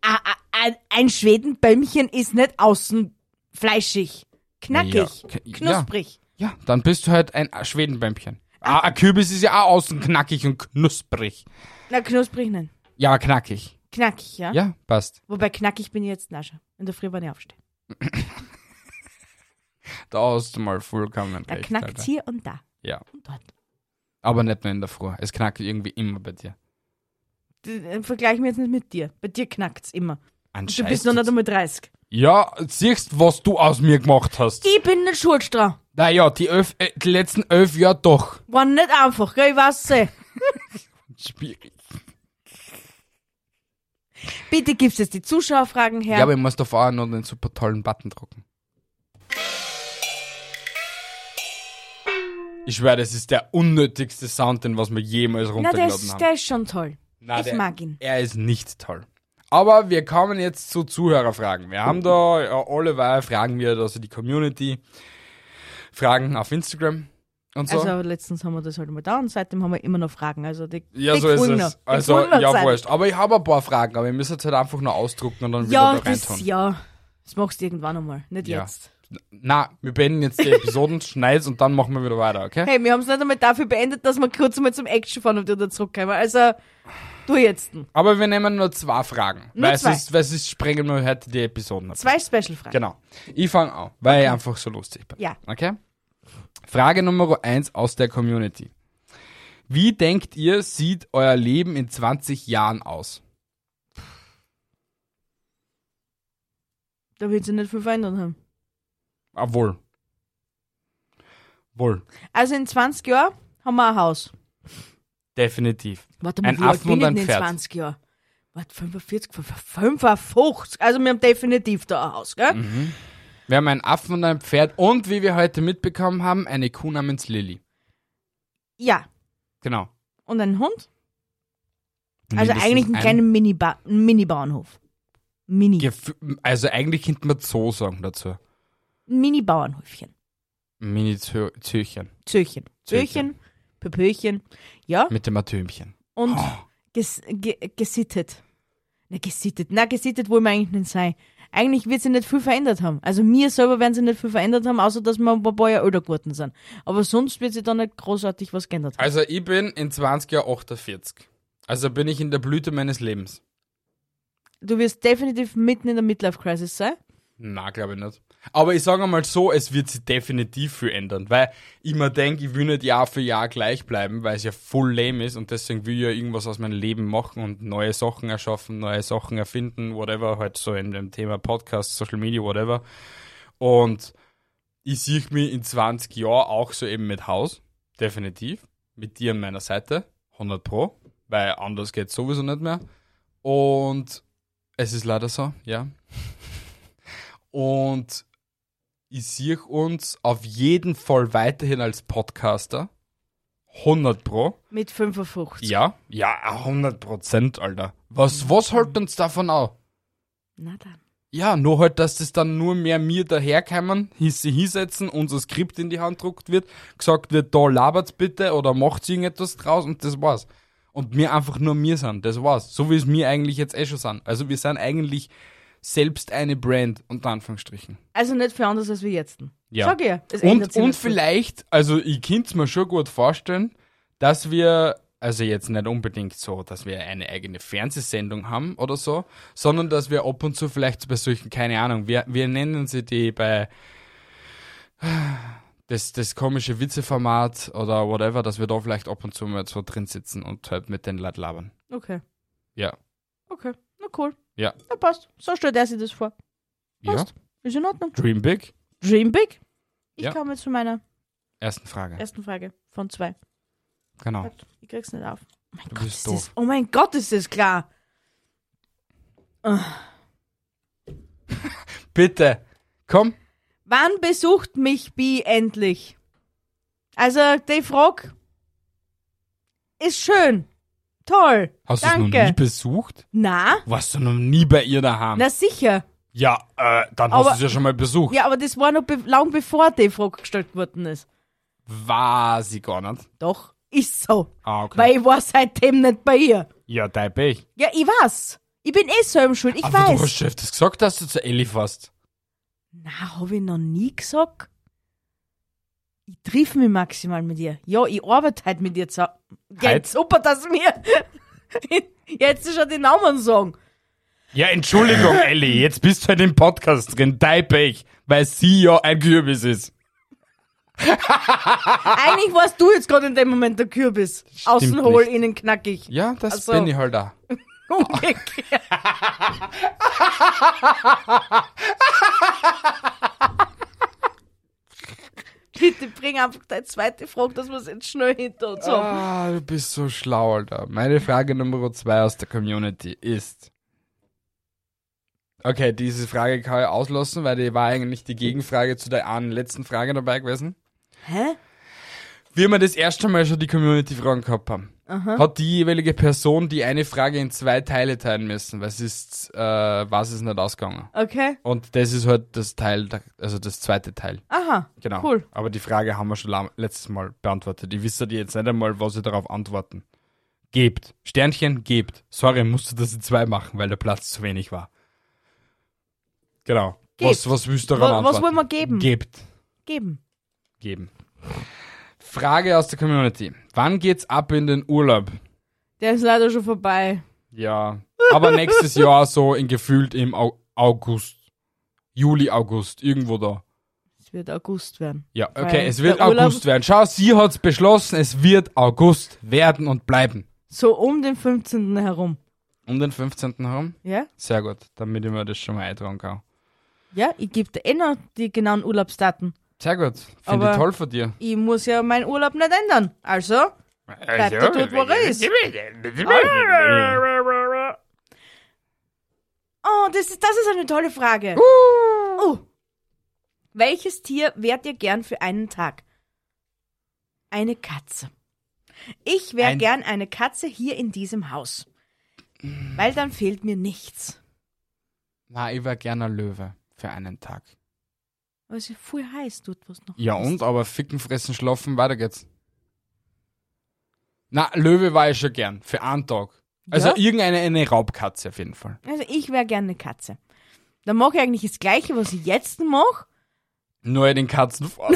[SPEAKER 2] Ah, ah, ah, ein Schwedenbäumchen ist nicht außen fleischig, knackig,
[SPEAKER 1] Ja, k-
[SPEAKER 2] knusprig.
[SPEAKER 1] Ja, dann bist du halt ein Schwedenbäumchen. A, a Kürbis ist ja auch außen knackig und knusprig.
[SPEAKER 2] Na, knusprig nein.
[SPEAKER 1] Ja, knackig.
[SPEAKER 2] Knackig, ja?
[SPEAKER 1] Ja, passt.
[SPEAKER 2] Wobei knackig bin ich jetzt nascher. In der Früh, wenn ich aufstehe.
[SPEAKER 1] Da hast du mal vollkommen
[SPEAKER 2] Da
[SPEAKER 1] recht.
[SPEAKER 2] knackt's
[SPEAKER 1] Alter.
[SPEAKER 2] hier und da
[SPEAKER 1] Ja,
[SPEAKER 2] und dort.
[SPEAKER 1] aber nicht nur in der Früh. Es knackt irgendwie immer bei dir.
[SPEAKER 2] D- Vergleich mir jetzt nicht mit dir. Bei dir knackt's immer.
[SPEAKER 1] Ein
[SPEAKER 2] Und du
[SPEAKER 1] Scheiß-
[SPEAKER 2] bist noch nicht einmal 30.
[SPEAKER 1] Ja, siehst, was du aus mir gemacht hast.
[SPEAKER 2] Ich bin nicht schuld dran.
[SPEAKER 1] Naja, die, elf, äh, die letzten elf Jahre doch.
[SPEAKER 2] War nicht einfach, gell? Ich weiß eh.
[SPEAKER 1] Schwierig.
[SPEAKER 2] Bitte gibst jetzt die Zuschauerfragen her.
[SPEAKER 1] Ja, aber ich muss da vorher noch einen super tollen Button drücken. Ich schwöre, das ist der unnötigste Sound, den was wir jemals
[SPEAKER 2] Na, der
[SPEAKER 1] runtergeladen
[SPEAKER 2] ist,
[SPEAKER 1] haben.
[SPEAKER 2] der ist schon toll.
[SPEAKER 1] Na,
[SPEAKER 2] ich
[SPEAKER 1] der-
[SPEAKER 2] mag ihn.
[SPEAKER 1] Er ist nicht toll. Aber wir kommen jetzt zu Zuhörerfragen. Wir haben da ja, alle Woche fragen wir, also die Community, Fragen auf Instagram und so.
[SPEAKER 2] Also letztens haben wir das halt mal da und seitdem haben wir immer noch Fragen. Also die,
[SPEAKER 1] ja,
[SPEAKER 2] die
[SPEAKER 1] so ist
[SPEAKER 2] gefallen noch.
[SPEAKER 1] es.
[SPEAKER 2] Die
[SPEAKER 1] Also,
[SPEAKER 2] gefallen noch
[SPEAKER 1] ja,
[SPEAKER 2] sein.
[SPEAKER 1] wurscht. Aber ich habe ein paar Fragen, aber ich müsst jetzt halt einfach nur ausdrucken und dann wieder
[SPEAKER 2] Ja,
[SPEAKER 1] da reintun.
[SPEAKER 2] das, ja, das machst du irgendwann einmal, nicht
[SPEAKER 1] Ja.
[SPEAKER 2] jetzt.
[SPEAKER 1] Na, wir beenden jetzt die Episoden, schneid's und dann machen wir wieder weiter, okay?
[SPEAKER 2] Hey, wir haben es nicht einmal dafür beendet, dass wir kurz mal zum Action fahren und wieder zurückkommen. Also, du jetzt.
[SPEAKER 1] Aber wir nehmen nur zwei Fragen.
[SPEAKER 2] Nur
[SPEAKER 1] weil
[SPEAKER 2] zwei.
[SPEAKER 1] es ist, weil es ist sprengen wir heute die Episoden ab.
[SPEAKER 2] Zwei Special-Fragen.
[SPEAKER 1] Genau. Ich fange an, weil ich einfach so lustig bin.
[SPEAKER 2] Ja.
[SPEAKER 1] Okay? Frage Nummer eins aus der Community. Wie denkt ihr, sieht euer Leben in 20 Jahren aus? Genau.
[SPEAKER 2] Da wird sich nicht viel verändern haben.
[SPEAKER 1] Obwohl. Ah, Wohl.
[SPEAKER 2] Also in 20 Jahren haben wir ein Haus.
[SPEAKER 1] Definitiv.
[SPEAKER 2] Warte mal,
[SPEAKER 1] Ein
[SPEAKER 2] wie alt
[SPEAKER 1] Affen und
[SPEAKER 2] bin ich
[SPEAKER 1] ein
[SPEAKER 2] denn in
[SPEAKER 1] Pferd.
[SPEAKER 2] 20 Jahren? Warte, 45, 55. Also wir haben definitiv da ein Haus, gell?
[SPEAKER 1] Mhm. Wir haben einen Affen und ein Pferd und, wie wir heute mitbekommen haben, eine Kuh namens Lilly.
[SPEAKER 2] Ja.
[SPEAKER 1] Genau.
[SPEAKER 2] Und einen Hund? Also
[SPEAKER 1] Mindestens
[SPEAKER 2] eigentlich einen
[SPEAKER 1] ein-
[SPEAKER 2] kleinen Mini-Ba- einen Mini-Bauernhof. Mini.
[SPEAKER 1] Gef- Also eigentlich könnte man Zoo sagen dazu.
[SPEAKER 2] Mini-Bauernhöfchen.
[SPEAKER 1] Mini-Zöchen
[SPEAKER 2] Zöchen.
[SPEAKER 1] Zöchen.
[SPEAKER 2] Zöchen, Pöpöchen. Ja,
[SPEAKER 1] mit dem Atümchen.
[SPEAKER 2] und
[SPEAKER 1] Oh.
[SPEAKER 2] ges ge gesittet. Na, gesittet. Na, gesittet wollen wir eigentlich nicht sein. Eigentlich wird sie nicht viel verändert haben. Also mir selber werden sie nicht viel verändert haben, außer dass wir ein paar Bäuer älter geworden sind. Aber sonst wird sie da nicht großartig was geändert haben.
[SPEAKER 1] Also ich bin in 20 Jahren 48. Also bin ich in der Blüte meines Lebens.
[SPEAKER 2] Du wirst definitiv mitten in der Midlife-Crisis sein.
[SPEAKER 1] Na, glaube ich nicht. Aber ich sage mal so, es wird sich definitiv viel ändern, weil ich mir denke, ich will nicht Jahr für Jahr gleich bleiben, weil es ja voll lame ist und deswegen will ich ja irgendwas aus meinem Leben machen und neue Sachen erschaffen, neue Sachen erfinden, whatever, halt so in dem Thema Podcast, Social Media, whatever. Und ich sehe mich in 20 Jahren auch so eben mit Haus, definitiv, mit dir an meiner Seite, 100 Pro, weil anders geht sowieso nicht mehr. Und es ist leider so, ja. Und ich sehe uns auf jeden Fall weiterhin als Podcaster. 100 Pro.
[SPEAKER 2] Mit 55.
[SPEAKER 1] Ja, ja, 100 Prozent, Alter. Was, was hält uns davon auch?
[SPEAKER 2] Na dann.
[SPEAKER 1] Ja, nur halt, dass das dann nur mehr mir daherkommen, hieß sie hinsetzen, unser Skript in die Hand druckt wird, gesagt wird, da labert's bitte oder macht irgendetwas draus und das war's. Und wir einfach nur mir sind, das war's. So wie es mir eigentlich jetzt eh schon sind. Also wir sind eigentlich selbst eine Brand, unter Anführungsstrichen.
[SPEAKER 2] Also nicht viel anders als wir jetzt.
[SPEAKER 1] Ja.
[SPEAKER 2] Sag ich. Es ändert
[SPEAKER 1] Und,
[SPEAKER 2] sich
[SPEAKER 1] und
[SPEAKER 2] nicht viel.
[SPEAKER 1] vielleicht, also ich könnte es mir schon gut vorstellen, dass wir, also jetzt nicht unbedingt so, dass wir eine eigene Fernsehsendung haben oder so, sondern dass wir ab und zu vielleicht bei solchen, keine Ahnung, wir, wir nennen sie die bei das, das komische Witzeformat oder whatever, dass wir da vielleicht ab und zu mal so drin sitzen und halt mit den Leuten labern.
[SPEAKER 2] Okay.
[SPEAKER 1] Ja.
[SPEAKER 2] Okay. Na cool.
[SPEAKER 1] Ja.
[SPEAKER 2] Na passt. So stellt er sich das vor.
[SPEAKER 1] Ja.
[SPEAKER 2] Passt. Ist in Ordnung.
[SPEAKER 1] Dream Big.
[SPEAKER 2] Dream big. Ich
[SPEAKER 1] Ja.
[SPEAKER 2] komme zu meiner
[SPEAKER 1] Ersten Frage.
[SPEAKER 2] ersten Frage von zwei.
[SPEAKER 1] Genau.
[SPEAKER 2] Ich krieg's nicht auf. Oh mein,
[SPEAKER 1] Du
[SPEAKER 2] Gott,
[SPEAKER 1] bist
[SPEAKER 2] ist
[SPEAKER 1] doof.
[SPEAKER 2] das, oh mein Gott, ist das klar.
[SPEAKER 1] Bitte. Komm.
[SPEAKER 2] Wann besucht mich Bi endlich? Also, die Frage ist schön. Toll.
[SPEAKER 1] Hast du es noch
[SPEAKER 2] Danke.
[SPEAKER 1] nie besucht?
[SPEAKER 2] Na,
[SPEAKER 1] Warst du noch nie bei ihr daheim?
[SPEAKER 2] na sicher.
[SPEAKER 1] Ja, äh, dann hast
[SPEAKER 2] Aber-
[SPEAKER 1] du es ja schon mal besucht.
[SPEAKER 2] Ja, aber das war noch be lang bevor die Frage gestellt worden ist.
[SPEAKER 1] War sie gar nicht.
[SPEAKER 2] Doch, ist so.
[SPEAKER 1] Ah, okay.
[SPEAKER 2] Weil ich war seitdem nicht bei ihr.
[SPEAKER 1] ja, dein Pech.
[SPEAKER 2] Ja, ich weiß. Ich bin eh selber schuld. Ich
[SPEAKER 1] Aber du hast
[SPEAKER 2] weiß.
[SPEAKER 1] schon öfters gesagt, dass du zu Elli fährst.
[SPEAKER 2] Na, habe ich noch nie gesagt. Ich triff mich maximal mit ihr. Ja, ich arbeite halt mit ihr zusammen.
[SPEAKER 1] Heut?
[SPEAKER 2] Jetzt, super, dass du mir jetzt schon die Namen sagen.
[SPEAKER 1] Ja, Entschuldigung, Elli, jetzt bist du halt im Podcast drin. Dein Pech, weil sie ja ein Kürbis ist.
[SPEAKER 2] Eigentlich warst du jetzt gerade in dem Moment der Kürbis. Außen hohl,
[SPEAKER 1] Ah, nicht.
[SPEAKER 2] innen knackig.
[SPEAKER 1] Ja, das
[SPEAKER 2] Ach so.
[SPEAKER 1] bin ich halt da.
[SPEAKER 2] Umgekehrt. Bitte bring einfach deine zweite Frage, dass wir es jetzt schnell hinter uns haben.
[SPEAKER 1] Ah, du bist so schlau, Alter. Meine Frage Nummer zwei aus der Community ist. Okay, diese Frage kann ich auslassen, weil die war eigentlich die Gegenfrage zu der einen letzten Frage dabei gewesen.
[SPEAKER 2] Hä?
[SPEAKER 1] wie wir das erste Mal schon die Community-Fragen gehabt haben, hat die jeweilige Person die eine Frage in zwei Teile teilen müssen, weil es ist, äh, was ist nicht ausgegangen.
[SPEAKER 2] Okay.
[SPEAKER 1] Und das ist halt das Teil, also das zweite Teil.
[SPEAKER 2] Aha.
[SPEAKER 1] Genau.
[SPEAKER 2] Cool.
[SPEAKER 1] Aber die Frage haben wir schon lam- letztes Mal beantwortet. Ich wisse jetzt nicht einmal, was ihr darauf antworten. Gebt. Sternchen, gebt. Sorry, musste das in zwei machen, weil der Platz zu wenig war. Genau.
[SPEAKER 2] Gebt.
[SPEAKER 1] Was, was willst du daran
[SPEAKER 2] Wa- was
[SPEAKER 1] antworten?
[SPEAKER 2] wollen wir geben?
[SPEAKER 1] Gebt
[SPEAKER 2] Geben.
[SPEAKER 1] geben. Frage aus der Community. Wann geht's ab in den Urlaub?
[SPEAKER 2] Der ist leider schon vorbei.
[SPEAKER 1] Ja. Aber nächstes Jahr so in gefühlt im Au- August. Juli, August, irgendwo da.
[SPEAKER 2] Es wird August werden.
[SPEAKER 1] Ja, okay,
[SPEAKER 2] Weil
[SPEAKER 1] es wird
[SPEAKER 2] der Urlaub-
[SPEAKER 1] August werden. Schau, sie hat's beschlossen, es wird August werden und bleiben.
[SPEAKER 2] So um den 15. herum.
[SPEAKER 1] Um den 15. herum?
[SPEAKER 2] Ja?
[SPEAKER 1] Sehr gut, damit ich mir das schon mal eintragen kann.
[SPEAKER 2] Ja, ich gebe dir eh noch die genauen Urlaubsdaten.
[SPEAKER 1] Sehr gut, finde
[SPEAKER 2] Aber-
[SPEAKER 1] ich toll von dir.
[SPEAKER 2] Ich muss ja meinen Urlaub nicht ändern. Also, bleibt er dort, wo er ist.
[SPEAKER 1] Ah.
[SPEAKER 2] Oh, das ist, das ist eine tolle Frage. Oh. Welches Tier wärt ihr gern für einen Tag? Eine Katze. Ich wäre
[SPEAKER 1] Ein-
[SPEAKER 2] gern eine Katze hier in diesem Haus. Weil dann fehlt mir nichts.
[SPEAKER 1] Na, ich wäre gerne ein Löwe für einen Tag.
[SPEAKER 2] Aber es ist voll heiß dort, was noch
[SPEAKER 1] Ja
[SPEAKER 2] ist.
[SPEAKER 1] und, aber ficken, fressen, schlafen, weiter geht's. Na, Löwe war ich schon gern, für einen Tag. Also
[SPEAKER 2] Ja?
[SPEAKER 1] irgendeine eine Raubkatze auf jeden Fall.
[SPEAKER 2] Also ich wäre gern eine Katze. Dann mache ich eigentlich das Gleiche, was ich jetzt mache.
[SPEAKER 1] Nur den Katzenform.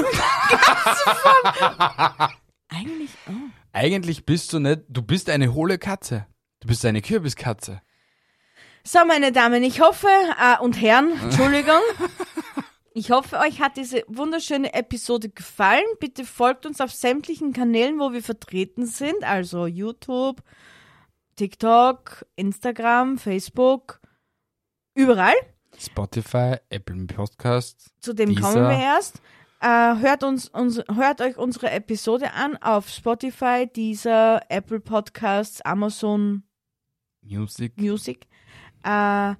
[SPEAKER 2] Eigentlich, oh.
[SPEAKER 1] Eigentlich bist du nicht, du bist eine hohle Katze. Du bist eine Kürbiskatze.
[SPEAKER 2] So, meine Damen, ich hoffe äh, und Herren, Entschuldigung, Ich hoffe, euch hat diese wunderschöne Episode gefallen. Bitte folgt uns auf sämtlichen Kanälen, wo wir vertreten sind, also YouTube, TikTok, Instagram, Facebook, überall.
[SPEAKER 1] Spotify, Apple Podcast.
[SPEAKER 2] Zu dem
[SPEAKER 1] Dieser-
[SPEAKER 2] kommen wir erst. Äh, hört, uns, uns, hört euch unsere Episode an auf Spotify, dieser Apple Podcasts, Amazon
[SPEAKER 1] Music
[SPEAKER 2] Music. Äh,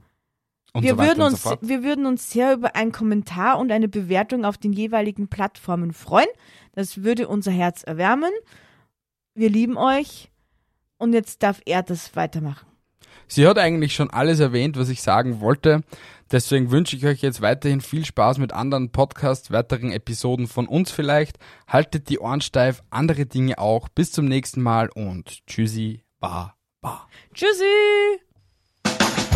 [SPEAKER 1] und
[SPEAKER 2] wir,
[SPEAKER 1] so weiter
[SPEAKER 2] würden
[SPEAKER 1] und
[SPEAKER 2] uns,
[SPEAKER 1] so fort.
[SPEAKER 2] wir würden uns sehr über einen Kommentar und eine Bewertung auf den jeweiligen Plattformen freuen. Das würde unser Herz erwärmen. Wir lieben euch. Und jetzt darf er das weitermachen.
[SPEAKER 1] Sie hat eigentlich schon alles erwähnt, was ich sagen wollte. Deswegen wünsche ich euch jetzt weiterhin viel Spaß mit anderen Podcasts, weiteren Episoden von uns vielleicht. Haltet die Ohren steif, andere Dinge auch. Bis zum nächsten Mal und tschüssi, ba, ba.
[SPEAKER 2] Tschüssi!